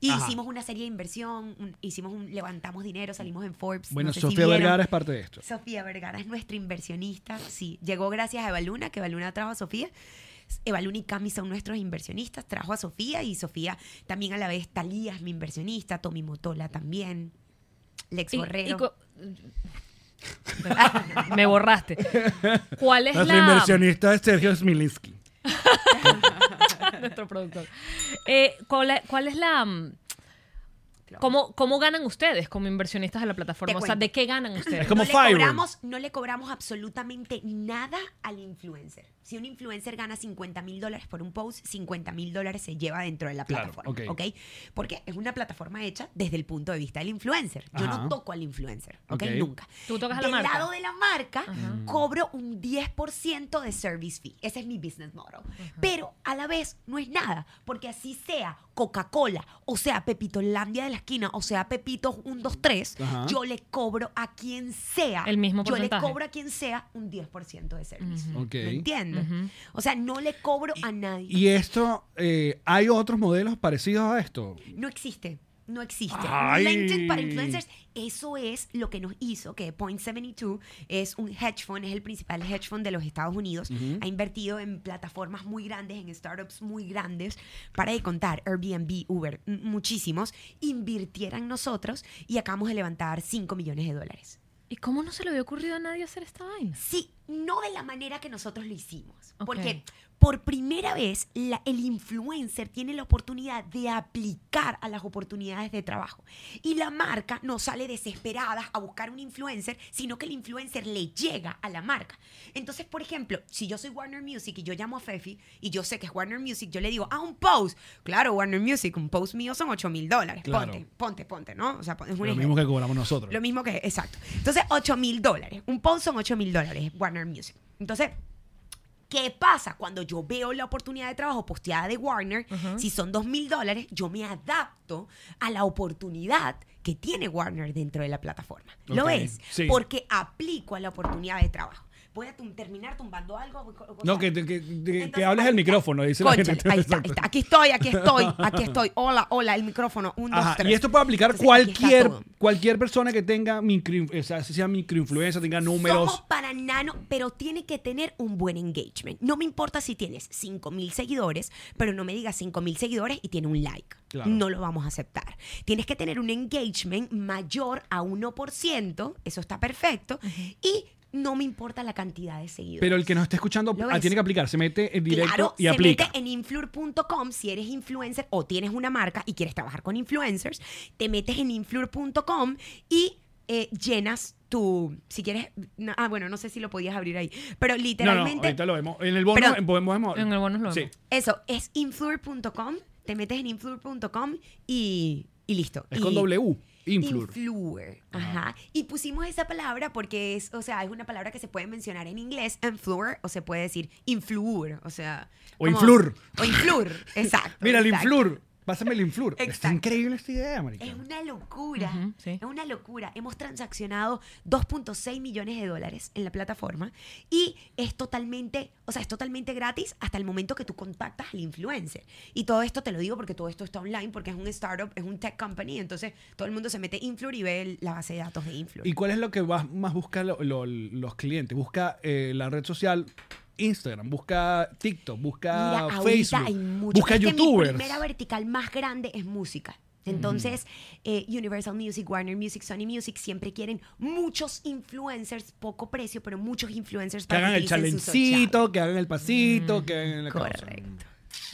S4: Y
S3: Ajá.
S4: hicimos una serie de inversión, un- hicimos un, levantamos dinero, salimos en Forbes.
S3: Bueno,
S4: no sé si
S3: Sofía
S4: vieron.
S3: Vergara es parte de esto.
S4: Sofía Vergara es nuestra inversionista. Sí, llegó gracias a Evaluna, que Evaluna trajo a Sofía. Evaluna y Cami son nuestros inversionistas, trajo a Sofía y Sofía también a la vez, Talía es mi inversionista, Tommy Motola también, Lex
S5: Y-
S4: Borrero.
S5: y co- <laughs> Me borraste. ¿Cuál es
S3: Nuestro
S5: la
S3: inversionista es Sergio Smilinski.
S5: <laughs> nuestro productor? Eh, ¿cuál, es- cuál es la mm, cómo, cómo ganan ustedes como inversionistas de la plataforma?
S4: Te
S5: O sea,
S4: cuento.
S5: ¿de qué ganan ustedes?
S3: como
S4: no
S3: Fiverr.
S4: le, cobramos, no le cobramos absolutamente nada al influencer. Si un influencer gana 50 mil dólares por un post, 50 mil dólares se lleva dentro de la
S3: Claro,
S4: plataforma.
S3: ok.
S4: ¿ok? Porque es una plataforma hecha desde el punto de vista del influencer. Yo
S3: Ajá.
S4: no toco al influencer, ¿ok?
S3: Ok.
S4: Nunca.
S5: Tú tocas a la
S4: Del
S5: marca.
S4: lado de la marca,
S3: Mm.
S4: cobro un 10% de service fee. Ese es mi business model. Pero a la vez no es nada, porque así sea Coca-Cola, o sea Pepito Landia de la esquina, o sea Pepito 123,
S3: Ajá.
S4: yo le cobro a quien sea.
S5: El mismo
S4: Yo le
S5: porcentaje.
S4: cobro a quien sea un 10% de servicio.
S3: Ujú. Ok.
S4: ¿Me entiendes? O sea, no le cobro a nadie.
S3: Y esto, eh, ¿hay otros modelos parecidos a esto?
S4: No existe. No existe.
S3: Ay.
S4: LinkedIn para influencers, eso es lo que nos hizo que Point72 es un hedge fund, es el principal hedge fund de los Estados Unidos. Ha invertido en plataformas muy grandes, en startups muy grandes, para de contar, Airbnb, Uber, m- muchísimos, invirtieran nosotros y acabamos de levantar 5 millones de dólares.
S5: ¿Y cómo no se le había ocurrido a nadie hacer esta vaina?
S4: Sí, no de la manera que nosotros lo hicimos.
S5: Ok.
S4: Porque por primera vez la- el influencer tiene la oportunidad de aplicar a las oportunidades de trabajo. Y la marca no sale desesperada a buscar un influencer, sino que el influencer le llega a la marca. Entonces, por ejemplo, si yo soy Warner Music y yo llamo a Fefi y yo sé que es Warner Music, yo le digo, ah, un post. Claro, Warner Music, un post mío son 8 mil dólares.
S3: Claro.
S4: Ponte, ponte, ponte, ¿no? O sea, pon- es un
S3: Lo
S4: ejemplo.
S3: mismo que cobramos nosotros.
S4: Lo mismo que, exacto. Entonces, 8 mil dólares. Un pound son 8 mil dólares, Warner Music. Entonces, ¿qué pasa? Cuando yo veo la oportunidad de trabajo posteada de Warner, si son 2 mil dólares, yo me adapto a la oportunidad que tiene Warner dentro de la plataforma. ¿Lo
S3: Ok,
S4: ves?
S3: sí.
S4: Porque aplico a la oportunidad de trabajo. Voy a tum- terminar tumbando algo. voy co-
S3: No,
S4: cosa-
S3: que, que, que- que
S4: Entonces,
S3: hables
S4: ahí
S3: el
S4: está.
S3: micrófono, dice la
S4: Cónchale,
S3: gente.
S4: ahí está,
S3: Exacto.
S4: ahí está. Aquí estoy, aquí estoy, aquí estoy. Hola, hola, el micrófono. Un, dos,
S3: Ajá,
S4: tres.
S3: y esto puede aplicar
S4: Entonces, aquí está
S3: cualquier,
S4: todo.
S3: cualquier persona que tenga micro, o sea, sea microinfluencia, tenga números.
S4: Somos para nano, pero tiene que tener un buen engagement. No me importa si tienes 5 mil seguidores, pero no me digas 5 mil seguidores y tiene un like.
S3: Claro.
S4: No lo vamos a aceptar. Tienes que tener un engagement mayor a 1%, eso está perfecto, y no me importa la cantidad de seguidores.
S3: Pero el que nos está escuchando
S4: ¿Lo
S3: ah,
S4: ves?
S3: tiene que aplicar, se mete en directo
S4: Claro,
S3: y
S4: se
S3: aplica.
S4: mete en influr.com si eres influencer o tienes una marca y quieres trabajar con influencers, te metes en influr.com y eh, llenas tu, si quieres, no, ah, bueno, no sé si lo podías abrir ahí, pero
S3: No, no,
S4: literalmente
S3: ahorita lo vemos. En el bono
S4: Pero-
S3: podemos vemos.
S5: En el bonus lo
S3: Sí.
S5: vemos.
S4: eso es influr.com, te metes en influr.com y, y listo.
S3: Es
S4: Y-
S3: con W. Influr.
S4: Influer. Ajá. Y pusimos esa palabra porque es, o sea, es una palabra que se puede mencionar en inglés, influer, o se puede decir influer, o sea.
S3: O influr. <laughs>
S4: O influr, exacto.
S3: Mira, el
S4: exacto.
S3: Influr. Pásame el Influr. Está
S4: Exacto.
S3: increíble esta idea, marica.
S4: Es una locura,
S5: Ujú, sí.
S4: es una locura. Hemos transaccionado 2.6 millones de dólares en la plataforma y es totalmente, o sea, es totalmente gratis hasta el momento que tú contactas al influencer. Y todo esto te lo digo porque todo esto está online, porque es un startup, es un tech company, entonces todo el mundo se mete Influr y ve el- la base de datos de Influr.
S3: ¿Y cuál es lo que vas- más busca lo- lo- los clientes? Busca eh, la red social Instagram, busca TikTok,
S4: Mira,
S3: busca
S4: ahorita
S3: Facebook,
S4: hay mucho.
S3: busca
S4: Es que
S3: YouTubers.
S4: Mi primera vertical más grande es música. Entonces, eh, Universal Music, Warner Music, Sony Music siempre quieren muchos influencers, poco precio, pero muchos influencers
S3: que hagan el
S4: utilicen sus
S3: chalencito, que hagan el pasito, que hagan la
S4: sociales.
S3: cosa.
S4: Mm,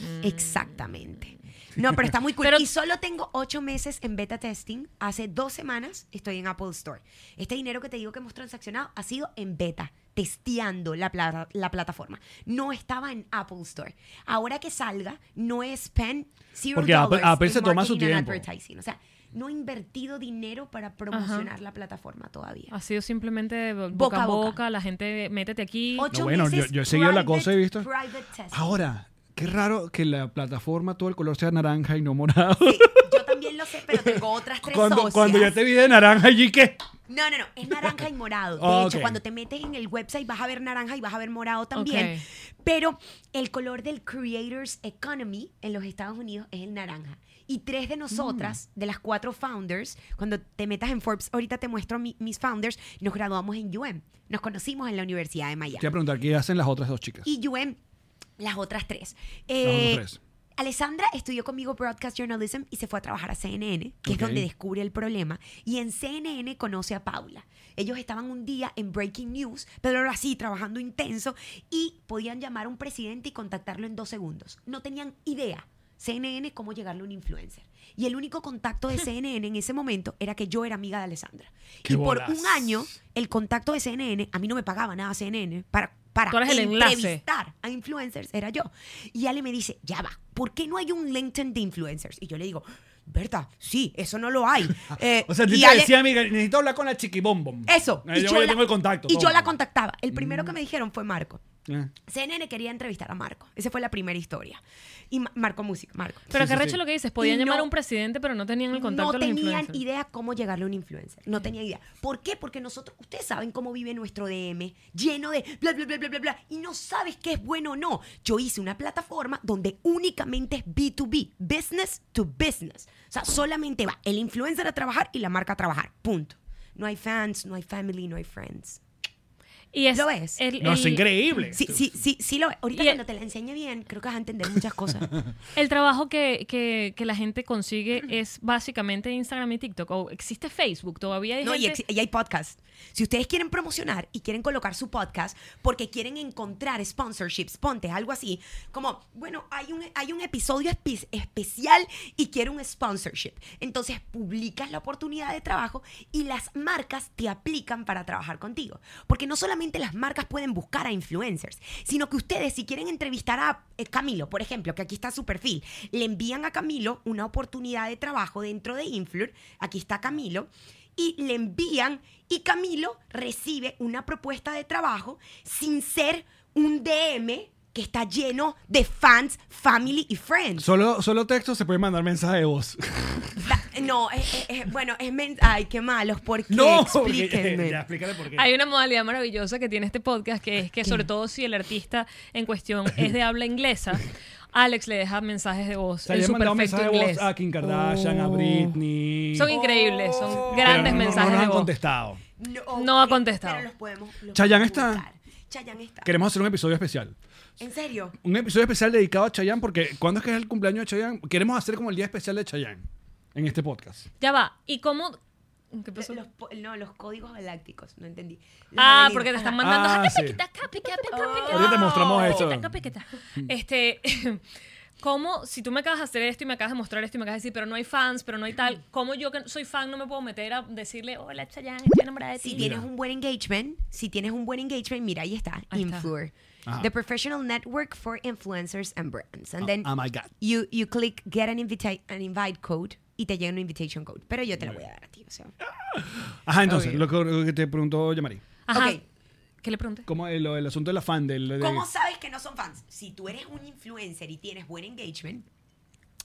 S4: Correcto. Exactamente. No, pero está muy cool.
S5: Pero-
S4: y solo tengo ocho meses en beta testing. Hace dos semanas estoy en Apple Store. Este dinero que te digo que hemos transaccionado ha sido en beta, testeando la, plata- la plataforma. No estaba en Apple Store. Ahora que salga, no es pen zero
S3: Porque Apple-
S4: dollars
S3: Apple
S4: in
S3: se toma su
S4: marketing and
S3: tiempo.
S4: advertising. O sea, no he invertido dinero para promocionar la plataforma todavía.
S5: Ha sido simplemente boca,
S4: Boca
S5: a
S4: a boca.
S5: boca, la gente, métete aquí.
S4: Ocho
S3: No, bueno, yo,
S4: meses
S3: yo he seguido la
S4: private-
S3: cosa y he visto. Ah.
S4: private testing.
S3: Ahora, qué raro que la plataforma todo el color sea naranja y no morado.
S4: Sí, yo también lo sé, pero tengo otras tres
S3: <laughs> cuando,
S4: socias.
S3: cuando ya te vi de naranja allí, ¿qué?
S4: No, no, no, es naranja y morado. De
S3: Ah, <laughs>
S4: hecho,
S3: ok.
S4: cuando te metes en el website vas a ver naranja y vas a ver morado también.
S5: Ok.
S4: Pero el color del Creators Economy en los Estados Unidos es el naranja. Y tres de nosotras,
S3: Mm.
S4: de las cuatro founders, cuando te metas en Forbes, ahorita te muestro mi- mis founders, nos graduamos en UM. Nos conocimos en la Universidad de
S3: Te voy a
S4: Miami.
S3: preguntar qué hacen las otras dos chicas.
S4: Y UM, las otras tres.
S3: otras
S4: Eh,
S3: tres.
S4: Alessandra estudió conmigo Broadcast Journalism y se fue a trabajar a CNN, que es
S3: Ok.
S4: donde descubre el problema. Y en CNN conoce a Paula. Ellos estaban un día en Breaking News, pero ahora sí, trabajando intenso, y podían llamar a un presidente y contactarlo en dos segundos. No tenían idea. CNN, cómo llegarle a un influencer. Y el único
S3: <laughs>
S4: contacto de CNN en ese momento era que yo era amiga de Alessandra.
S3: ¡Qué
S4: y por
S3: bolas!
S4: un año, el contacto de CNN, a mí no me pagaba nada CNN para, para
S5: Tú eres el enlace.
S4: entrevistar contactar a influencers era yo. Y Ale me dice, ya va, ¿por qué no hay un LinkedIn de influencers? Y yo le digo, Berta, sí, eso
S3: <laughs>
S4: no lo hay. Eh,
S3: O sea, a ti
S4: y
S3: te
S4: Ale-
S3: decía, amiga, necesito hablar con la chiquibombom.
S4: Eso.
S3: Eh, yo, ya tengo el contacto.
S4: Y yo
S3: toma. Mm.
S4: la contactaba. El primero que me dijeron fue Marco.
S3: Eh.
S4: CNN quería entrevistar a Marco. Esa fue la primera historia. Y Ma- Marco Música, Marco.
S5: Pero
S3: Sí,
S5: qué
S3: sí,
S5: recho
S3: sí.
S5: lo que dices, podían
S4: Y
S5: llamar a
S4: no-
S5: un presidente, pero no tenían el contacto
S4: No
S5: de los
S4: tenían
S5: influencers.
S4: idea cómo llegarle a un influencer. No tenían idea. ¿Por qué? Porque nosotros, ustedes saben cómo vive nuestro DM, lleno de bla, bla, bla, bla, bla, bla, y no sabes qué es bueno o no. Yo hice una plataforma donde únicamente es B2B, business to business. O sea, solamente va el influencer a trabajar y la marca a trabajar. Punto. No hay fans, no hay family, no hay friends.
S5: Y es,
S4: ¿Lo ves?
S5: el-
S3: No, es
S5: el-
S3: increíble.
S4: Eh, Sí, sí, sí, sí lo Ahorita
S5: Y- e
S4: cuando te la enseñe bien, creo que vas a entender muchas cosas.
S5: El trabajo que, que- que la gente consigue es básicamente Instagram y TikTok. O existe Facebook, todavía hay
S4: No, y,
S5: gente-
S4: ex- y hay podcasts. Si ustedes quieren promocionar y quieren colocar su podcast porque quieren encontrar sponsorships, ponte algo así, como, bueno, hay un, hay un episodio espe- especial y quiero un sponsorship. Entonces publicas la oportunidad de trabajo y las marcas te aplican para trabajar contigo. Porque no solamente las marcas pueden buscar a influencers, sino que ustedes si quieren entrevistar a eh, Camilo, por ejemplo, que aquí está su perfil, le envían a Camilo una oportunidad de trabajo dentro de Influr, aquí está Camilo, y le envían y Camilo recibe una propuesta de trabajo sin ser un DM que está lleno de fans, family
S3: <laughs>
S4: y friends.
S3: Solo, solo texto se puede mandar mensaje de
S5: <laughs>
S3: voz.
S4: Da- no, es, es- es- bueno, es men- ay, qué malos, porque
S3: <laughs> porque-
S4: explíquenme.
S3: ya, explícale por qué.
S5: Hay una modalidad maravillosa que tiene este podcast, que es que sobre todo si el artista en cuestión es de habla
S3: <laughs>
S5: inglesa, Alex le deja mensajes de voz
S3: O sea,
S5: en
S3: yo he
S5: su
S3: mandado
S5: perfecto
S3: mensajes de voz
S5: inglés. Oh.
S3: a Kim Kardashian, a Britney.
S5: Son increíbles, son
S3: Oh. Pero
S5: grandes
S3: no- no- No
S5: mensajes
S3: nos
S5: de
S3: han
S5: voz.
S3: contestado.
S4: No,
S5: No ha
S4: pero-
S5: contestado.
S4: Pero los podemos. los
S3: Chayanne
S4: podemos
S3: está.
S4: buscar. Chayanne está.
S3: Queremos hacer un episodio especial.
S4: ¿En serio?
S3: Un episodio especial dedicado a Chayanne porque ¿cuándo es que es el cumpleaños de Chayanne? Queremos hacer como el día especial de Chayanne en este podcast.
S5: Ya va. ¿Y cómo, ¿Qué pasó?
S4: Los po- no, los códigos galácticos, no entendí.
S5: Ah,
S4: Laberinto.
S5: porque te están
S4: Ajá.
S5: mandando.
S3: Ah,
S5: "Jaca,
S3: sí. Ah.
S5: pequita, ca, pequita, pequita, pequita,
S3: Ahorita te
S5: Oh.
S3: mostramos eso.
S5: pequita, ca, pequita". Este, <laughs> ¿cómo, si tú me acabas de hacer esto y me acabas de mostrar esto y me acabas de decir, pero no hay fans, pero no hay tal, ¿cómo yo que soy fan no me puedo meter a decirle, hola, Chayanne, estoy enamorada de ti?
S4: Si tienes un buen engagement, si tienes un buen engagement, mira, ahí está,
S5: Ahí está.
S4: Influer.
S3: Ajá.
S4: The professional network for influencers and brands. And
S3: Oh,
S4: then
S3: oh my God.
S4: you, you click get an, invita- an invite code y te llega un invitation code. Pero yo te la voy a dar a ti. O sea.
S3: Ajá, entonces, lo que, lo que te preguntó Yamari.
S5: Ajá.
S4: Ok.
S5: ¿Qué le pregunté?
S3: ¿Cómo el, el asunto del afán? Del, de-
S4: ¿Cómo sabes que no son fans? Si tú eres un influencer y tienes buen engagement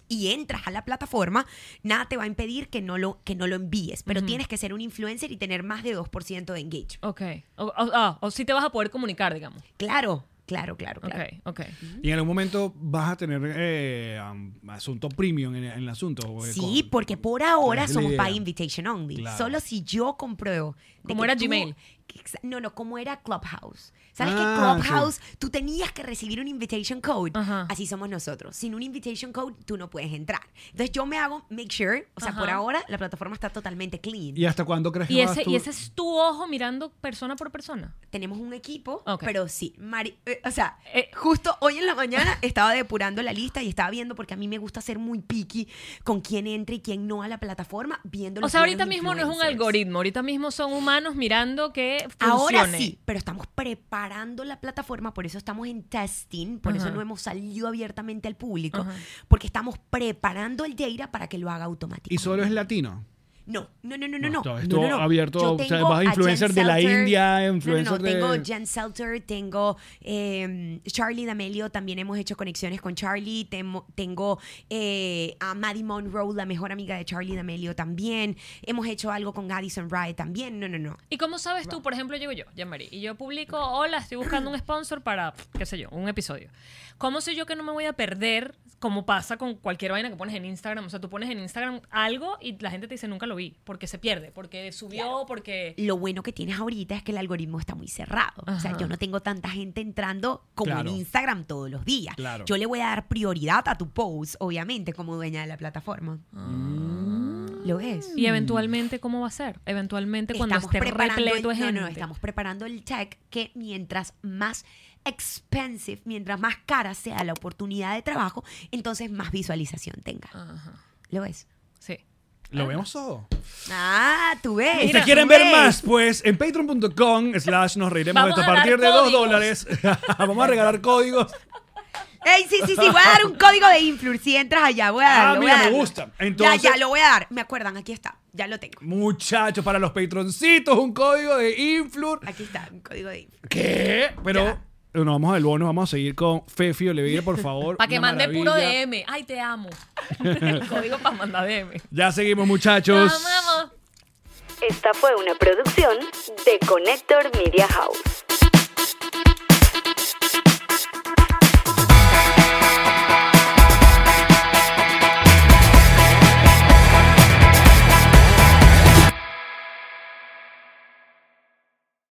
S4: y entras a la plataforma, nada te va a impedir que no lo, que no lo envíes. Pero tienes que ser un influencer y tener más de 2% de engagement.
S5: Ok. O, o- ah, o si te vas a poder comunicar, digamos.
S4: Claro, claro, claro, claro.
S5: Ok, ok.
S3: Y en algún momento vas a tener eh, am- asunto premium en, en el asunto. o, eh,
S4: Sí,
S3: con-
S4: porque por ahora
S3: es la
S4: somos
S3: idea.
S4: by invitation only.
S3: Claro.
S4: Solo si yo compruebo. de
S5: Como
S4: que
S5: era Gmail.
S4: que exa- No, no, como era Clubhouse. ¿Sabes
S3: Ah,
S4: que Clubhouse tú tenías que recibir un invitation code?
S5: Ajá.
S4: Así somos nosotros. Sin un invitation code tú no puedes entrar. Entonces yo me hago make sure, o sea,
S5: Ajá.
S4: por ahora la plataforma está totalmente clean.
S3: ¿Y hasta cuándo crees que
S5: ¿Y
S3: vas
S5: ese,
S3: tú?
S5: ¿Y ese es tu ojo mirando persona por persona?
S4: Tenemos un equipo,
S5: Ok.
S4: pero sí, Mari- eh, o sea,
S5: Eh.
S4: justo hoy en la mañana <laughs> estaba depurando la lista y estaba viendo porque a mí me gusta ser muy picky con quién entra y quién no a la plataforma, viendo
S5: O
S4: los
S5: sea, ahorita
S4: buenos
S5: mismo no es un
S4: influencers.
S5: algoritmo, ahorita mismo son humanos mirando que funcione.
S4: Ahora sí, pero estamos preparando la plataforma, por eso estamos en testing, por eso
S5: Ajá.
S4: no hemos salido abiertamente al público,
S5: Ajá.
S4: porque estamos preparando el data para que lo haga automático.
S3: ¿Y solo es latino?
S4: No, no, no, no, no.
S3: No,
S4: no,
S3: todo
S4: no,
S3: esto
S4: no, no.
S3: abierto,
S4: Yo
S3: o sea,
S4: tengo
S3: vas a
S4: Jen
S3: influencer de la
S4: Selter.
S3: India,
S4: No, no, no,
S3: influencer de-
S4: Tengo Jen Selter, tengo eh, Charlie D'Amelio, también hemos hecho conexiones con Charlie. temo- tengo eh, a Maddie Monroe, la mejor amiga de Charlie D'Amelio, también. Hemos hecho algo con Addison Rae también. No, no, no.
S5: ¿Y cómo sabes tú, por ejemplo, llego yo, Yamari, y yo publico, hola, estoy buscando un sponsor para, qué sé yo, un episodio? ¿Cómo sé yo que no me voy a perder, como pasa con cualquier vaina que pones en Instagram? O sea, tú pones en Instagram algo y la gente te dice, nunca lo vi, porque se pierde, porque subió, porque...
S4: lo bueno que tienes ahorita es que el algoritmo está muy cerrado. O sea,
S5: Ajá.
S4: yo no tengo tanta gente entrando como
S3: Claro.
S4: en Instagram todos los días.
S3: Claro.
S4: Yo le voy a dar prioridad a tu post, obviamente, como dueña de la plataforma. ¿Lo ves?
S5: Ah. Y eventualmente, ¿cómo va a ser? Eventualmente, cuando
S4: Mm. Estamos
S5: esté
S4: preparando el-
S5: repleto de
S4: no, no,
S5: gente.
S4: no, estamos preparando el check que mientras más expensive, mientras más cara sea la oportunidad de trabajo, entonces más visualización tenga.
S5: Ajá,
S4: ¿Lo ves?
S5: sí.
S3: Lo vemos todo.
S4: Ah, tú ves.
S3: Si
S5: Mira,
S3: quieren
S4: tú
S3: ver
S4: ves.
S3: más, pues en patreon.com slash nos reiremos de
S5: Vamos
S3: esto a
S5: a dar
S3: partir de 2
S5: códigos.
S3: dólares. <laughs> Vamos a regalar códigos.
S4: Ey, sí, sí, sí, voy a dar un código de Influr. Si entras allá, voy a
S3: Ah,
S4: darlo. voy
S3: mira,
S4: a
S3: me
S4: darlo.
S3: gusta. Entonces-
S4: Ya, ya, lo voy a dar. Me acuerdan, aquí está. Ya lo tengo.
S3: Muchachos, para los patroncitos, un código de Influr.
S4: Aquí está, un código de Influr.
S3: ¿Qué? Pero no vamos al bono, vamos a seguir con Fefi Oliveira,
S5: <laughs>
S3: por favor.
S5: Para que
S3: Una
S5: mande puro
S3: maravilla.
S5: DM. Ay,
S3: <laughs>
S5: te amo. El código para mandar DM.
S3: Ya seguimos,
S5: Te
S3: muchachos.
S5: amamos.
S1: Esta fue una producción de Connector Media House.